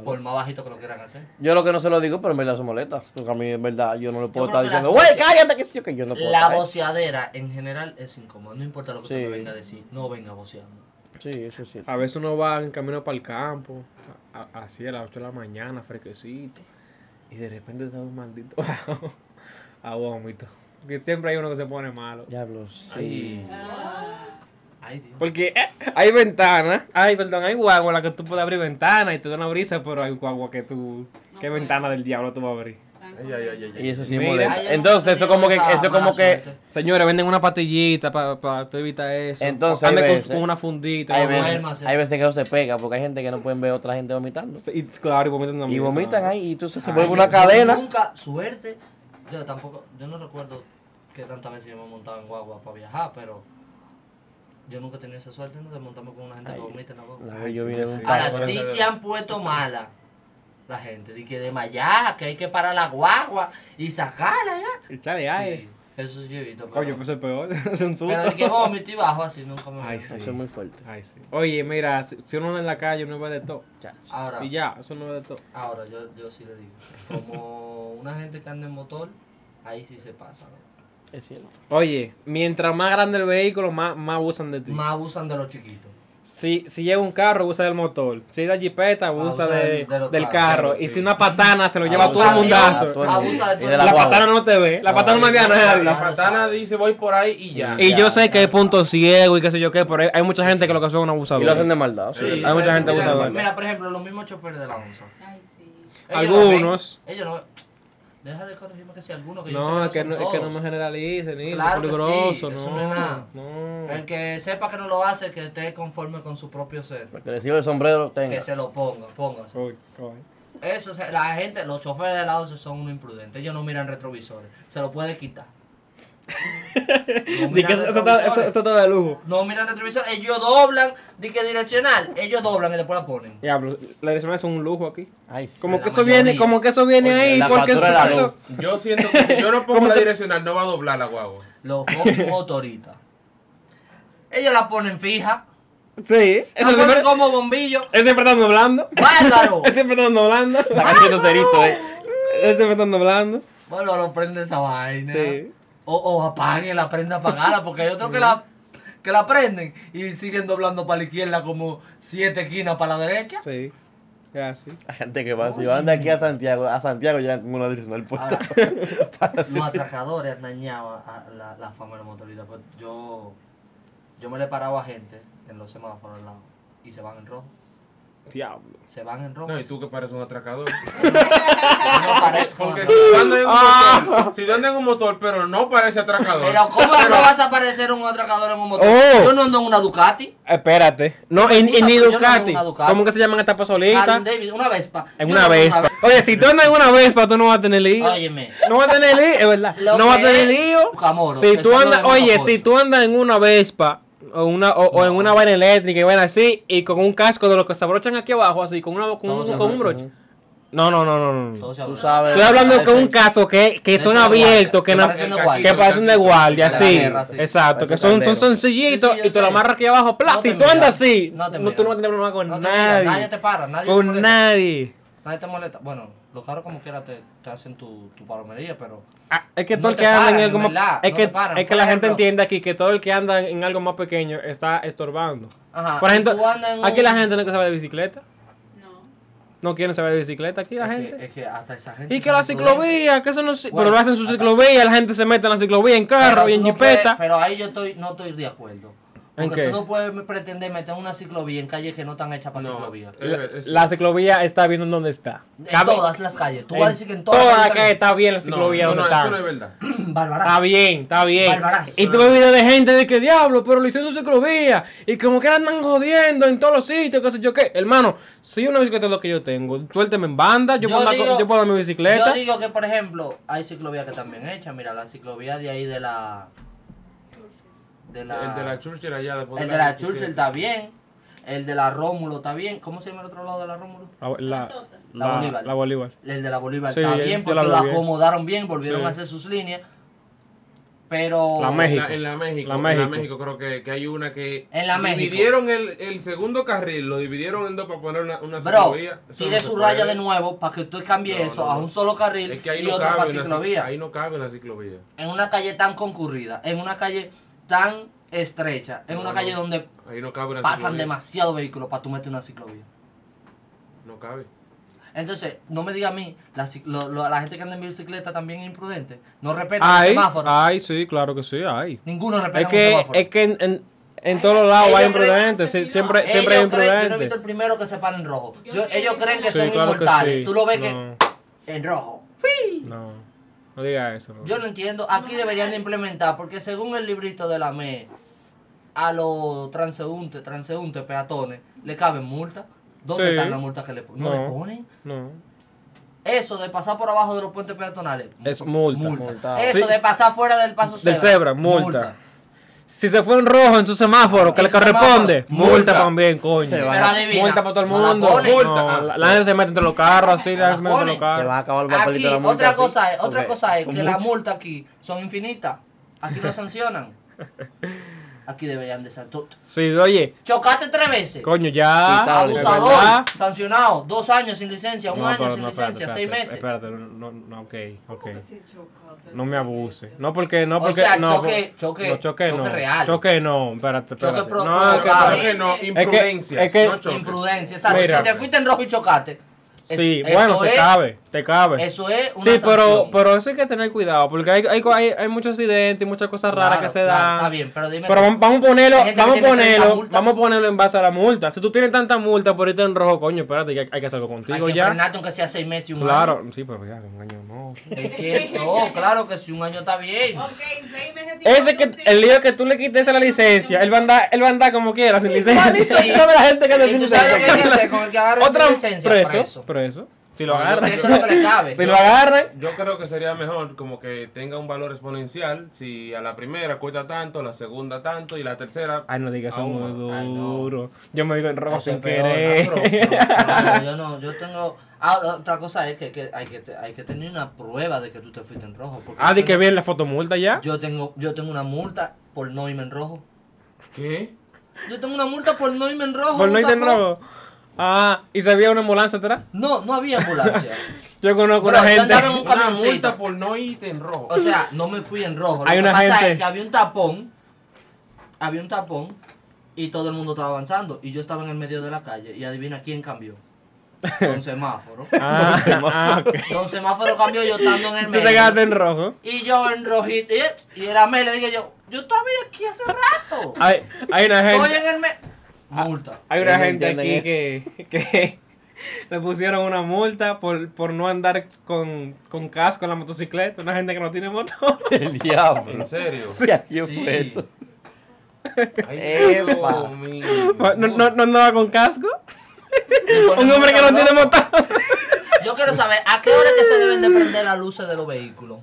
Speaker 2: Por más bajito que lo quieran hacer.
Speaker 4: Yo lo que no se lo digo, pero en verdad se molesta. Porque a mí en verdad yo no le puedo
Speaker 2: creo
Speaker 4: estar
Speaker 2: que las
Speaker 4: diciendo, güey,
Speaker 2: voces-
Speaker 4: cállate, que sí, yo que yo no puedo.
Speaker 2: La
Speaker 4: estar".
Speaker 2: voceadera en general es incómoda. No importa lo que
Speaker 4: Sí.
Speaker 2: tú me venga a decir, no venga voceando.
Speaker 4: Sí, eso sí.
Speaker 3: A veces uno va en camino para el campo, a- a- así a las 8 de la mañana, fresquecito, y de repente te da un maldito bajo a vómito. Porque siempre hay uno que se pone malo.
Speaker 4: Diablo, sí.
Speaker 1: Ay.
Speaker 2: Ay, Dios.
Speaker 3: Porque eh, hay ventanas, hay, perdón, hay guagua en la que tú puedes abrir ventana y te da una brisa, pero hay guagua que tú,
Speaker 5: No
Speaker 3: ¿qué
Speaker 5: puede.
Speaker 3: ventana del diablo tú vas a abrir?
Speaker 1: Ay, ay, ay, ay, ay.
Speaker 4: Y eso sí
Speaker 3: Mira.
Speaker 2: Ay, yo
Speaker 4: molesta.
Speaker 2: no
Speaker 4: Entonces, eso
Speaker 2: sabía
Speaker 4: como que,
Speaker 2: esa
Speaker 4: eso como
Speaker 2: mala
Speaker 4: que,
Speaker 2: suerte.
Speaker 3: Señores, venden una pastillita para pa, tú evitar eso.
Speaker 4: Entonces,
Speaker 3: Ande
Speaker 4: hay
Speaker 3: con-
Speaker 4: veces-
Speaker 3: con, una fundita.
Speaker 4: hay
Speaker 3: una
Speaker 4: veces,
Speaker 2: duermas, eh.
Speaker 4: hay veces que eso se pega, porque hay gente que no pueden ver a otra gente vomitando.
Speaker 3: vaina. Y claro, y vomitan
Speaker 4: Y
Speaker 3: también,
Speaker 4: vomitan
Speaker 3: claro.
Speaker 4: ahí, y entonces se
Speaker 3: Ay,
Speaker 4: vuelve
Speaker 3: yo
Speaker 4: una cadena.
Speaker 2: Nunca, suerte. Yo tampoco, yo no recuerdo que tantas veces yo me he montado en guagua para viajar, pero yo nunca he tenido esa suerte ¿no? de montarme con una gente que vomita en la guagua.
Speaker 4: Una
Speaker 3: Ay,
Speaker 4: vez yo
Speaker 3: sí,
Speaker 4: vine en
Speaker 3: sí.
Speaker 4: un
Speaker 2: Ahora
Speaker 4: paso.
Speaker 2: sí se han puesto mala la gente, de que de Mayá, que hay que parar la guagua y sacarla ya.
Speaker 3: Echale, ay.
Speaker 2: Sí, eso sí yo he visto.
Speaker 3: Coño,
Speaker 2: Pero,
Speaker 3: pues es peor, es un susto.
Speaker 2: pero de que vómito y bajo así nunca me
Speaker 3: Ay,
Speaker 2: veo.
Speaker 3: sí.
Speaker 4: Eso es muy fuerte.
Speaker 3: Ay, sí. Oye, mira, si, si uno anda en la calle, uno ve de todo.
Speaker 4: chacho.
Speaker 2: Ahora,
Speaker 3: Y ya, eso no es de todo.
Speaker 2: ahora yo, yo sí le digo, como una gente que anda en motor, ahí sí se pasa. ¿no?
Speaker 4: Es cierto.
Speaker 3: Oye, mientras más grande el vehículo, más, más abusan de ti.
Speaker 2: Más abusan de los chiquitos.
Speaker 3: Si, si lleva un carro, usa del motor. Si es la jipeta, usa,
Speaker 2: Ah, usa
Speaker 3: de-
Speaker 2: del- de los
Speaker 3: del
Speaker 2: carros,
Speaker 3: carro.
Speaker 2: sí. Ah,
Speaker 3: Y si una patana, se lo lleva
Speaker 2: Abusa
Speaker 3: todo el
Speaker 2: de-
Speaker 3: mundazo.
Speaker 2: abusa de todo el
Speaker 3: La
Speaker 2: mundo.
Speaker 3: patana no te ve. La patana no me ve a nadie.
Speaker 1: La patana dice voy por ahí y ya.
Speaker 3: Y yo sé que hay puntos ciegos y qué sé yo qué, pero hay- hay mucha gente que lo que son es un
Speaker 4: Y lo hacen
Speaker 3: abusador.
Speaker 4: de maldad.
Speaker 2: Sí,
Speaker 4: sí.
Speaker 3: hay mucha
Speaker 2: sí,
Speaker 3: gente
Speaker 2: mira,
Speaker 3: abusadora.
Speaker 2: Mira, por ejemplo, los mismos choferes de la onza.
Speaker 5: Ay, sí.
Speaker 2: Ellos no ven-
Speaker 3: Algunos.
Speaker 2: Ellos no ven- Deja de corregirme que sea alguno que yo
Speaker 3: No,
Speaker 2: sé
Speaker 3: es que
Speaker 2: son
Speaker 3: no, es que no
Speaker 2: todos.
Speaker 3: me generalicen, ni
Speaker 2: Claro que
Speaker 3: peligroso,
Speaker 2: sí, eso no es
Speaker 3: no.
Speaker 2: nada.
Speaker 3: no.
Speaker 2: El que sepa que no lo hace, que esté conforme con su propio ser.
Speaker 4: Para que le sirva el sombrero, tenga.
Speaker 2: Que se lo ponga, póngase.
Speaker 3: Uy, uy.
Speaker 2: Eso, o sea, la gente, los choferes de la once son unos imprudentes. Ellos no miran retrovisores. Se lo puede quitar. No
Speaker 3: Di que
Speaker 2: miran
Speaker 3: eso, eso está, eso-
Speaker 2: retrovisores.
Speaker 3: eso está de lujo.
Speaker 2: No miran retrovisores. Ellos doblan, di que direccional. Ellos doblan y después la ponen.
Speaker 3: Diablo, la dirección es un lujo aquí.
Speaker 4: Ay, sí.
Speaker 3: Como
Speaker 2: La
Speaker 3: que eso
Speaker 2: mayoría.
Speaker 3: viene, como que eso viene
Speaker 4: Oye,
Speaker 3: ahí,
Speaker 4: la
Speaker 3: porque
Speaker 4: factura de la
Speaker 3: eso-
Speaker 4: luz.
Speaker 1: Yo siento que si yo no pongo
Speaker 3: ¿Cómo
Speaker 1: la
Speaker 3: que-
Speaker 1: direccional no va a doblar la guagua.
Speaker 2: Los focos motoritas. Ellos la ponen fija.
Speaker 3: Sí, eso
Speaker 2: la ponen
Speaker 3: siempre,
Speaker 2: como bombillo.
Speaker 3: eso siempre está doblando.
Speaker 2: ¡Bárbaro!
Speaker 3: Él siempre está doblando.
Speaker 4: Está cayendo cerito, eh.
Speaker 3: Él siempre está doblando.
Speaker 2: Bueno, lo prende esa vaina.
Speaker 3: Sí.
Speaker 2: O, o apaguen la prenda apagada, porque hay otros que la, que la prenden y siguen doblando para la izquierda como siete esquinas para la derecha.
Speaker 3: Sí, casi.
Speaker 4: La gente que va, si van de aquí a Santiago, a Santiago llegan con una direccional puesta.
Speaker 2: Ahora, Ah, los atracadores dañaban a la, la fama de los motoristas. Pues yo, yo me le paraba a gente en los semáforos al lado y se van en rojo.
Speaker 3: Diablo.
Speaker 2: Se van en rojo.
Speaker 1: No, y tú que pareces un atracador.
Speaker 2: Yo no parezco un
Speaker 1: Porque
Speaker 2: atracador.
Speaker 1: si tú andas en un
Speaker 3: Ah.
Speaker 1: motor, si tú andas en un motor, pero no parece atracador.
Speaker 2: Pero ¿cómo tú no vas a parecer un atracador en un motor?
Speaker 3: Oh.
Speaker 2: Yo no ando en una Ducati.
Speaker 3: Espérate. No, en,
Speaker 2: Puta,
Speaker 3: en ni
Speaker 2: pero yo no tengo
Speaker 3: Ducati.
Speaker 2: una Ducati.
Speaker 3: ¿Cómo que se llaman estas pasolitas?
Speaker 2: Harley Davidson, una Vespa.
Speaker 3: En
Speaker 2: Yo
Speaker 3: una
Speaker 2: no ando en
Speaker 3: Vespa. Oye, si tú andas en una Vespa, tú no vas a tener lío.
Speaker 2: Óyeme.
Speaker 3: No vas a tener lío, es verdad.
Speaker 2: Lo
Speaker 3: no vas a
Speaker 2: que
Speaker 3: tener
Speaker 2: es
Speaker 3: lío.
Speaker 2: Camoro,
Speaker 3: si
Speaker 2: que
Speaker 3: tú
Speaker 2: son
Speaker 3: andas,
Speaker 2: los de
Speaker 3: oye,
Speaker 2: Monoposto.
Speaker 3: si tú andas en una Vespa o, una, o, o en una vaina eléctrica y vaina así, y con un casco de los que se abrochan aquí abajo, así, con, una, con,
Speaker 2: Todo
Speaker 3: un,
Speaker 2: se
Speaker 3: con un
Speaker 2: abrocha.
Speaker 3: broche. No, no, no, no, no.
Speaker 2: Todo
Speaker 3: no.
Speaker 2: se habla.
Speaker 4: sabes.
Speaker 3: Estoy hablando
Speaker 4: Parece-
Speaker 3: con un casco que, que
Speaker 2: Eso
Speaker 3: son
Speaker 2: no aguanta,
Speaker 3: abiertos, que,
Speaker 2: que
Speaker 3: no-
Speaker 2: parecen de
Speaker 1: El
Speaker 2: guardia.
Speaker 3: que parecen de guardia,
Speaker 2: De la
Speaker 3: sí.
Speaker 2: guerra, sí.
Speaker 3: Exacto, que
Speaker 4: Parece
Speaker 3: son, son
Speaker 4: caldero.
Speaker 3: sencillitos
Speaker 2: Sí, sí, yo
Speaker 3: y te lo
Speaker 2: sé.
Speaker 3: amarras aquí abajo, plas.
Speaker 2: te
Speaker 3: si tú andas
Speaker 2: miras,
Speaker 3: así, no
Speaker 2: no te
Speaker 3: tú no vas
Speaker 2: miras.
Speaker 3: a tener problema con
Speaker 2: No te miras,
Speaker 3: nadie.
Speaker 2: nadie te para, nadie te
Speaker 3: Con
Speaker 2: molesta.
Speaker 3: nadie.
Speaker 2: Nadie te molesta. Bueno, los carros como quiera te, te hacen tu, tu palomería, pero.
Speaker 3: Ah, es que
Speaker 2: No
Speaker 3: todo el
Speaker 2: te
Speaker 3: que anda en
Speaker 2: paran,
Speaker 3: algo
Speaker 2: en
Speaker 3: más-
Speaker 2: verdad,
Speaker 3: es
Speaker 2: no
Speaker 3: que,
Speaker 2: te paran.
Speaker 3: es que
Speaker 2: Por
Speaker 3: la
Speaker 2: ejemplo-
Speaker 3: gente entiende aquí que todo el que anda en algo más pequeño está estorbando.
Speaker 2: Ajá.
Speaker 3: Por
Speaker 2: Ah, y
Speaker 3: ejemplo,
Speaker 2: tú andas en
Speaker 3: aquí
Speaker 2: un-
Speaker 3: la gente no quiere saber de bicicleta.
Speaker 5: No.
Speaker 3: No quieren saber de bicicleta aquí la
Speaker 2: es que-
Speaker 3: gente.
Speaker 2: es que hasta esa gente.
Speaker 3: y
Speaker 2: es
Speaker 3: que la
Speaker 2: muy prudente.
Speaker 3: ciclovía, que eso no... si- pero
Speaker 2: Bueno,
Speaker 3: lo hacen su
Speaker 2: acá-
Speaker 3: ciclovía, la gente se mete en la ciclovía en carro
Speaker 2: Pero
Speaker 3: y
Speaker 2: tú
Speaker 3: en
Speaker 2: no puedes-
Speaker 3: jipeta.
Speaker 2: pero ahí yo estoy, no estoy de acuerdo.
Speaker 3: ¿En
Speaker 2: Porque
Speaker 3: qué?
Speaker 2: tú no puedes pretender meter una ciclovía en calles que no están hechas para
Speaker 1: No,
Speaker 2: ciclovía.
Speaker 1: eh, es-
Speaker 3: La ciclovía está bien en donde está.
Speaker 2: En
Speaker 3: Cabe-
Speaker 2: todas las calles. Tú
Speaker 3: en
Speaker 2: vas a decir que en todas
Speaker 3: toda
Speaker 2: las
Speaker 3: la calle está bien la
Speaker 1: no,
Speaker 3: ciclovía
Speaker 1: eso
Speaker 3: donde
Speaker 1: no,
Speaker 3: está.
Speaker 1: eso no es verdad.
Speaker 2: Bárbara.
Speaker 3: Está bien, está bien.
Speaker 2: Barbarazo.
Speaker 3: Y tuve videos de gente de que diablo, pero lo hicieron su ciclovía. Y como que la andan jodiendo en todos los sitios, qué sé yo qué. Hermano, si una bicicleta es lo que yo tengo, suélteme en banda, yo,
Speaker 2: Yo
Speaker 3: puedo, andar con-
Speaker 2: digo-
Speaker 3: yo puedo andar en mi bicicleta.
Speaker 2: Yo digo que, por ejemplo, hay ciclovías que también hechas. Mira, la ciclovía de ahí de la. De la.
Speaker 1: El de la Churchill allá después
Speaker 2: el de la
Speaker 1: 27.
Speaker 2: Churchill está bien. El de la Rómulo está bien. ¿Cómo se llama el otro lado de la Rómulo?
Speaker 3: La, la,
Speaker 5: Sarasota.
Speaker 2: La
Speaker 3: la-
Speaker 2: Bolívar.
Speaker 3: la Bolívar.
Speaker 2: El de la Bolívar
Speaker 3: Sí,
Speaker 2: está
Speaker 3: yo-
Speaker 2: bien
Speaker 3: yo la
Speaker 2: porque lo
Speaker 3: vi bien.
Speaker 2: acomodaron bien, volvieron
Speaker 3: Sí.
Speaker 2: a hacer sus líneas. Pero.
Speaker 3: La México.
Speaker 1: En la, en la México.
Speaker 3: La
Speaker 1: en la
Speaker 3: México.
Speaker 1: México creo que, que hay una que
Speaker 2: En la México.
Speaker 1: dividieron el, el segundo carril, lo dividieron en dos para poner una, una
Speaker 2: Bro,
Speaker 1: ciclovía. Eso
Speaker 2: tire
Speaker 1: no se
Speaker 2: su raya
Speaker 1: puede.
Speaker 2: de nuevo para que usted cambie
Speaker 1: No,
Speaker 2: eso
Speaker 1: no,
Speaker 2: a
Speaker 1: no.
Speaker 2: un solo carril
Speaker 1: Es que ahí
Speaker 2: y
Speaker 1: no
Speaker 2: otro para
Speaker 1: cabe en la
Speaker 2: ciclovía.
Speaker 1: ciclovía. Ahí no cabe en la ciclovía.
Speaker 2: En una calle tan concurrida, en una calle tan estrecha, en
Speaker 1: No,
Speaker 2: una
Speaker 1: no.
Speaker 2: calle donde
Speaker 1: Ahí no cabe en la
Speaker 2: pasan
Speaker 1: ciclovía.
Speaker 2: demasiados vehículos para tú meter una ciclovía.
Speaker 1: No cabe.
Speaker 2: Entonces, no me diga a mí, la, cic- lo- lo- la gente que anda en bicicleta también es imprudente. No respeta
Speaker 3: Ay,
Speaker 2: los semáforos.
Speaker 3: ay, sí, claro que sí, ay. ah,
Speaker 2: Ninguno
Speaker 3: Es
Speaker 2: respeta los
Speaker 3: que,
Speaker 2: semáforos.
Speaker 3: es que en, en- en todos los lados
Speaker 2: ellos
Speaker 3: hay
Speaker 2: creen-
Speaker 3: imprudentes, sí, siempre,
Speaker 2: Ellos
Speaker 3: siempre hay
Speaker 2: creen- yo no he visto
Speaker 3: imprudentes.
Speaker 2: el primero que se para en rojo.
Speaker 5: Yo
Speaker 2: Yo-
Speaker 5: sí.
Speaker 2: ellos creen que
Speaker 5: Sí,
Speaker 2: son inmortales. Tú lo ves
Speaker 3: No,
Speaker 2: que en rojo.
Speaker 3: no, no diga eso. no.
Speaker 2: Yo no entiendo. Aquí deberían de implementar, porque según el librito de la ME, a los transeúntes, transeúntes, peatones, le caben multas. ¿Dónde
Speaker 3: Sí.
Speaker 2: están las multas que le ponen? ¿No,
Speaker 3: No.
Speaker 2: le ponen?
Speaker 3: No.
Speaker 2: Eso de pasar por abajo de los puentes peatonales.
Speaker 3: Es multa.
Speaker 4: Multa.
Speaker 2: Eso
Speaker 3: Sí.
Speaker 2: de pasar fuera del paso
Speaker 3: Del
Speaker 2: cebra.
Speaker 3: cebra, multa. Si se fue en rojo en su semáforo, que
Speaker 2: En
Speaker 3: le
Speaker 2: su
Speaker 3: corresponde,
Speaker 1: semáforo.
Speaker 3: multa
Speaker 1: Multa.
Speaker 3: también, coño.
Speaker 4: Se va.
Speaker 2: Pero adivina.
Speaker 3: Multa para todo el
Speaker 2: no la
Speaker 3: mundo.
Speaker 2: ponen.
Speaker 1: Multa.
Speaker 3: No,
Speaker 1: Ah,
Speaker 3: la, la gente se mete entre los carros, sí, la gente se mete entre los
Speaker 2: Se
Speaker 4: Se va a
Speaker 3: carros.
Speaker 4: acabar el
Speaker 2: Aquí,
Speaker 4: papelito de la multa.
Speaker 2: otra
Speaker 4: así,
Speaker 2: cosa es, otra
Speaker 4: porque
Speaker 2: cosa es
Speaker 4: son
Speaker 2: que las
Speaker 4: muchas.
Speaker 2: multas aquí son infinitas. Aquí lo sancionan. aquí deberían de ser. Tú-
Speaker 3: Sí, oye,
Speaker 2: Chocaste tres veces.
Speaker 3: coño, ya.
Speaker 4: Quitable.
Speaker 2: Abusador,
Speaker 3: ¿verdad?
Speaker 2: sancionado, dos años sin licencia, un
Speaker 3: No,
Speaker 2: año
Speaker 3: pero
Speaker 2: sin
Speaker 3: no, espérate,
Speaker 2: licencia,
Speaker 3: espérate,
Speaker 2: seis meses.
Speaker 3: Espérate, no, no, ok, ok.
Speaker 6: Sí, chocote.
Speaker 3: No me abuse. No, porque, no,
Speaker 2: O
Speaker 3: porque,
Speaker 2: sea,
Speaker 3: no,
Speaker 2: choque-
Speaker 3: por-
Speaker 2: choque-
Speaker 3: no, choque,
Speaker 2: choque
Speaker 3: no.
Speaker 2: real.
Speaker 3: Choque no, espérate, espérate.
Speaker 2: Choque pro-
Speaker 3: no, es que-
Speaker 2: provocado.
Speaker 1: Creo que no,
Speaker 6: Es
Speaker 3: que-
Speaker 1: imprudencias,
Speaker 3: es que-
Speaker 1: no choques.
Speaker 2: Imprudencia, exacto.
Speaker 3: Mira.
Speaker 2: si te fuiste en rojo y chocaste. es-
Speaker 3: Sí,
Speaker 2: eso
Speaker 3: bueno, se
Speaker 2: es-
Speaker 3: cabe, te cabe.
Speaker 2: Eso es una
Speaker 3: Sí, pero,
Speaker 2: sanción.
Speaker 3: pero eso hay que tener cuidado, porque hay, hay, hay, hay muchos accidentes y muchas cosas raras
Speaker 2: Claro,
Speaker 3: que se
Speaker 2: claro,
Speaker 3: dan.
Speaker 2: Está bien, pero dime.
Speaker 3: Pero
Speaker 2: tú.
Speaker 3: vamos, vamos a ponerlo,
Speaker 2: Hay gente que
Speaker 3: vamos a
Speaker 2: tiene 30
Speaker 3: ponerlo,
Speaker 2: multas.
Speaker 3: vamos a ponerlo en base a la multa. Si tú tienes tanta multa por irte en rojo, coño, espérate, que hay, hay que hacer algo contigo
Speaker 2: Hay que
Speaker 3: ya.
Speaker 2: frenarte aunque sea seis meses y un año.
Speaker 3: Claro, sí, pero ya, un año no.
Speaker 2: Es que no, claro que si un año está bien.
Speaker 6: Ok, seis meses sin
Speaker 3: Ese que
Speaker 6: conducir.
Speaker 3: el lío que tú le quites a la licencia, él va a andar, él va a andar como quiera, sin licencia.
Speaker 2: Sí.
Speaker 4: Dame la gente que
Speaker 2: ¿Y tú sabes lo que hay que
Speaker 4: necesita.
Speaker 2: hacer con el que agarre
Speaker 3: Otra
Speaker 2: sin licencia?
Speaker 3: preso, preso. Si lo
Speaker 1: No, yo
Speaker 3: agarran.
Speaker 2: Porque Eso es lo que le cabe.
Speaker 3: Si lo agarran.
Speaker 1: Yo creo que sería mejor como que tenga un valor exponencial. Si a la primera cuesta tanto, a la segunda tanto y la tercera.
Speaker 3: Ay, no digas eso
Speaker 1: Aún
Speaker 3: muy
Speaker 1: más.
Speaker 2: Ay, no.
Speaker 3: duro. Yo me digo en rojo
Speaker 2: Eso
Speaker 3: sin
Speaker 2: es peor,
Speaker 3: querer.
Speaker 1: Ah, pero- pero-
Speaker 2: No, yo no, yo tengo. Ah, otra cosa es que, que hay, que te- hay que tener una prueba de que tú te fuiste en rojo. porque
Speaker 3: Ah,
Speaker 2: yo
Speaker 3: di que
Speaker 2: tengo-
Speaker 3: bien la fotomulta ya.
Speaker 2: Yo tengo, yo tengo una multa por no irme en rojo.
Speaker 1: ¿Qué?
Speaker 2: Yo tengo una multa por no irme en rojo.
Speaker 3: Por no irte en
Speaker 2: tapón.
Speaker 3: rojo. Ah, y se había una ambulancia atrás.
Speaker 2: No, no había ambulancia.
Speaker 3: Yo conozco
Speaker 2: Bueno,
Speaker 3: una
Speaker 2: yo
Speaker 3: gente.
Speaker 2: andaba en un
Speaker 1: Una
Speaker 2: camioncito.
Speaker 1: multa por no irte en rojo.
Speaker 2: O sea, no me fui en rojo. Lo
Speaker 3: Hay
Speaker 2: que
Speaker 3: una
Speaker 2: pasa
Speaker 3: gente-
Speaker 2: es que había un tapón. Había un tapón. Y todo el mundo estaba avanzando. Y yo estaba en el medio de la calle. Y adivina quién cambió. Don semáforo.
Speaker 3: Ah, ah, ok.
Speaker 2: Don semáforo cambió yo estando en el
Speaker 3: Tú te quedaste
Speaker 2: medio.
Speaker 3: en rojo.
Speaker 2: Y yo en rojito. Y, y era me le dije yo, yo estaba aquí hace rato.
Speaker 3: Hay, hay una
Speaker 2: Estoy
Speaker 3: gente.
Speaker 2: en el me. Multa.
Speaker 3: Hay una
Speaker 4: No
Speaker 3: gente
Speaker 4: entienden
Speaker 3: aquí que, que le pusieron una multa por, por no andar con, con casco en la motocicleta. Una gente que no tiene moto.
Speaker 4: El diablo.
Speaker 1: En serio.
Speaker 4: Yo
Speaker 2: Sí.
Speaker 4: fue eso.
Speaker 1: Ay,
Speaker 4: Epa.
Speaker 1: Dios mío.
Speaker 3: No, no, no andaba con casco.
Speaker 2: Y ponen
Speaker 3: Un hombre que
Speaker 2: multa
Speaker 3: no tiene
Speaker 2: loco.
Speaker 3: moto.
Speaker 2: Yo quiero saber, ¿a qué hora es que se deben de prender las luces de los vehículos?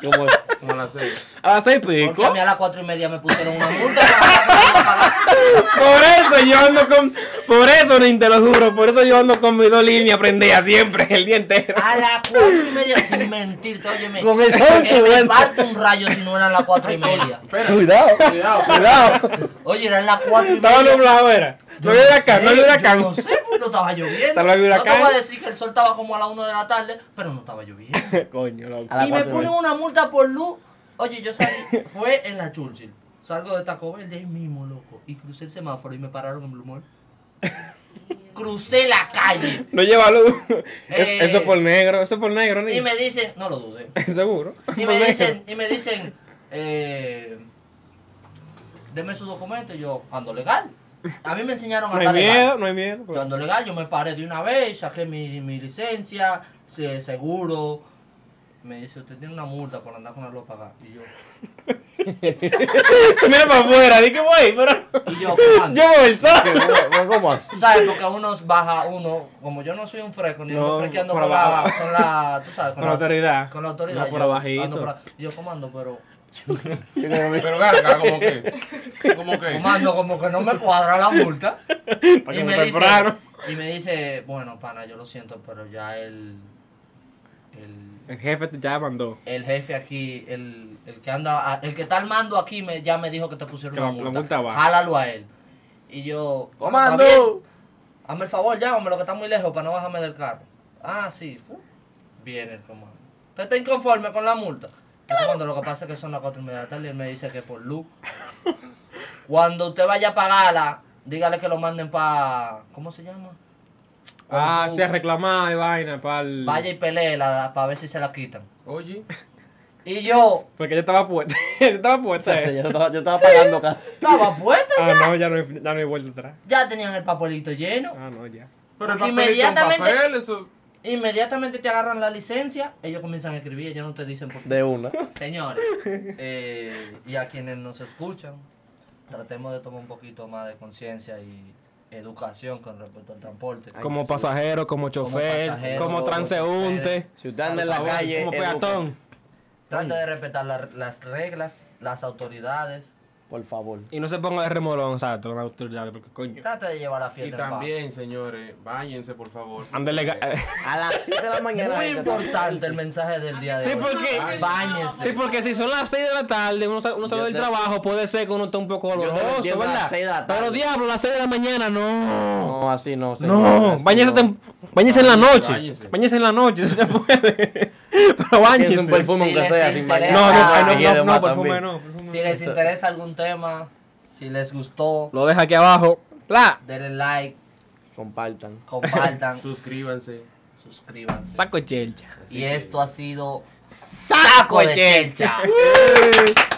Speaker 4: Como
Speaker 1: Como la serie.
Speaker 3: A las seis pico.
Speaker 2: Porque a mí a las cuatro y media me pusieron una multa. para-
Speaker 3: Por eso yo ando con. Por eso, ni te lo juro. Por eso yo ando con mis dos líneas prendidas siempre, el día entero.
Speaker 2: A las cuatro y media, sin mentirte, óyeme.
Speaker 4: Con el sol
Speaker 2: que me
Speaker 4: sudando.
Speaker 2: parte un rayo si no eran las cuatro y media.
Speaker 4: Cuidado, cuidado, cuidado.
Speaker 2: Oye, eran las cuatro y
Speaker 3: Estaba
Speaker 2: media.
Speaker 3: nublado, era. No había huracán, no
Speaker 2: sé,
Speaker 3: había huracán.
Speaker 2: yo No sé, pues, no estaba lloviendo.
Speaker 3: Tal vez había
Speaker 2: No te
Speaker 3: huracán.
Speaker 2: voy a decir que el sol estaba como a las una de la tarde, pero no estaba lloviendo.
Speaker 3: Coño, loco.
Speaker 4: A las
Speaker 2: Y me
Speaker 4: cuatro y
Speaker 2: ponen
Speaker 4: media.
Speaker 2: una multa por luz. Oye, yo salí, fue en la Churchill. Salgo de Taco Bell de ahí mismo, loco. Y crucé el semáforo y me pararon en Blue Mall. crucé la calle.
Speaker 3: No lleva luz. Es-
Speaker 2: Eh.
Speaker 3: Eso por negro, eso por negro,
Speaker 2: Y
Speaker 3: niño.
Speaker 2: me dicen, no lo dudé.
Speaker 3: Seguro.
Speaker 2: Y
Speaker 3: Por
Speaker 2: me
Speaker 3: negro.
Speaker 2: dicen, y me dicen, eh, deme su documento. Y yo, ando legal. A mí me enseñaron
Speaker 3: No
Speaker 2: a
Speaker 3: hay
Speaker 2: andar legal.
Speaker 3: miedo, no hay miedo.
Speaker 2: Yo ando legal, yo me paré de una vez, saqué mi, mi licencia, se- seguro. Me dice, usted tiene una multa por andar con la ropa acá. Y yo,
Speaker 3: Mira para afuera, di que voy, pero.
Speaker 2: y yo, ¿cómo
Speaker 3: Yo voy el sol.
Speaker 4: Bueno, ¿Cómo así?
Speaker 2: Tú sabes, porque uno baja uno, como yo no soy un fresco, ni
Speaker 3: No,
Speaker 2: ando fresqueando
Speaker 3: por
Speaker 2: con
Speaker 3: abajo.
Speaker 2: la, con la, tú sabes,
Speaker 3: Con la autoridad.
Speaker 2: Con la autoridad.
Speaker 3: No, por
Speaker 2: yo
Speaker 3: abajito.
Speaker 2: ando por a- yo comando, pero
Speaker 1: Pero garga, como que. Como que.
Speaker 2: comando como que no me cuadra la multa.
Speaker 3: Para
Speaker 2: y,
Speaker 3: que
Speaker 2: me
Speaker 3: me
Speaker 2: dice,
Speaker 3: temprano.
Speaker 2: y me dice, bueno, pana, yo lo siento, pero ya el, el,
Speaker 3: El jefe te ya mandó.
Speaker 2: el jefe aquí, el, el que anda, a- el que está al mando aquí, me, ya me dijo que te pusieron
Speaker 3: Que
Speaker 2: una
Speaker 3: la- la
Speaker 2: multa.
Speaker 3: multa va.
Speaker 2: Jálalo a él. Y yo, "Ah,
Speaker 4: Comando.
Speaker 2: está bien. Hazme el favor, llámame, lo que está muy lejos para no bajarme del carro. Ah, sí. Fu. Viene el comando. ¿Usted está inconforme con la multa? Cuando lo que pasa es que son las cuatro y media de la tarde y él me dice que por luz. Cuando usted vaya a pagarla, dígale que lo manden para... ¿Cómo se llama?
Speaker 3: Ah,
Speaker 2: tú-
Speaker 3: se reclamaba de vaina para el.
Speaker 2: Oh, Vaya y peleela para ver si se la quitan.
Speaker 1: Oye.
Speaker 2: Y yo
Speaker 3: Porque ya estaba puesta. ya estaba puesta. eh.
Speaker 4: Yo estaba, yo estaba pagando casi.
Speaker 2: estaba puesta.
Speaker 3: Ah, no, ya no, hay- ya no hay vuelta atrás.
Speaker 2: Ya tenían el papelito lleno.
Speaker 3: Ah, no, ya.
Speaker 1: Pero el
Speaker 2: Inmediatamente-
Speaker 1: papelito en papel, eso.
Speaker 2: Inmediatamente te agarran la licencia, ellos comienzan a escribir, ellos no te dicen por qué.
Speaker 4: De una.
Speaker 2: Señores, eh, y a quienes nos escuchan, tratemos de tomar un poquito más de conciencia y educación con respecto al transporte.
Speaker 4: Ay,
Speaker 3: Como
Speaker 4: sí.
Speaker 3: pasajero, como chofer, como,
Speaker 2: pasajero, como
Speaker 3: transeúnte,
Speaker 4: Si usted anda en la
Speaker 2: Por
Speaker 3: como,
Speaker 2: favor,
Speaker 4: calle,
Speaker 3: como
Speaker 4: educa.
Speaker 3: peatón.
Speaker 2: Trata de respetar la- las reglas, las autoridades,
Speaker 4: Por favor.
Speaker 3: Y no se ponga de remolón, exacto, con la autoridad, porque coño.
Speaker 2: Trata de llevar la
Speaker 1: Y
Speaker 2: fiesta en paz.
Speaker 1: también, señores, báñense, por favor.
Speaker 3: Ándale, ga-
Speaker 4: A las 7 de la mañana.
Speaker 2: Muy
Speaker 4: gente, estamos
Speaker 2: importante el mensaje del día de
Speaker 3: Sí,
Speaker 2: hoy.
Speaker 3: porque-
Speaker 2: Báñense.
Speaker 3: Sí, porque si son las 6 de la tarde, uno, sal- uno sale
Speaker 4: Yo
Speaker 3: del
Speaker 4: te-
Speaker 3: trabajo, puede ser que uno esté un poco
Speaker 4: te lo
Speaker 3: oloroso,
Speaker 4: entiendo a las
Speaker 3: ¿verdad?
Speaker 4: seis de la tarde.
Speaker 3: Pero diablo, las 6 de la mañana, no.
Speaker 4: No, así no.
Speaker 3: No, bañese, tem- bañese en la noche.
Speaker 1: Báñese.
Speaker 3: Bañese en la noche, eso se puede. Pero
Speaker 4: Tienes un
Speaker 3: bañese.
Speaker 4: perfume aunque
Speaker 2: Si les
Speaker 4: sea sin
Speaker 2: interesa-
Speaker 4: bañar.
Speaker 3: No, no,
Speaker 2: Ah,
Speaker 3: no,
Speaker 4: Te
Speaker 3: no,
Speaker 4: quede
Speaker 3: no,
Speaker 4: más
Speaker 3: perfume
Speaker 4: también.
Speaker 3: no. perfume
Speaker 2: Si les interesa algún tema, si les gustó,
Speaker 3: no. Lo deja aquí abajo. La,
Speaker 2: denle like,
Speaker 4: Compartan.
Speaker 2: compartan,
Speaker 1: Suscríbanse.
Speaker 2: suscríbanse.
Speaker 3: saco chelcha.
Speaker 2: Y esto ha sido Saco de Chelcha.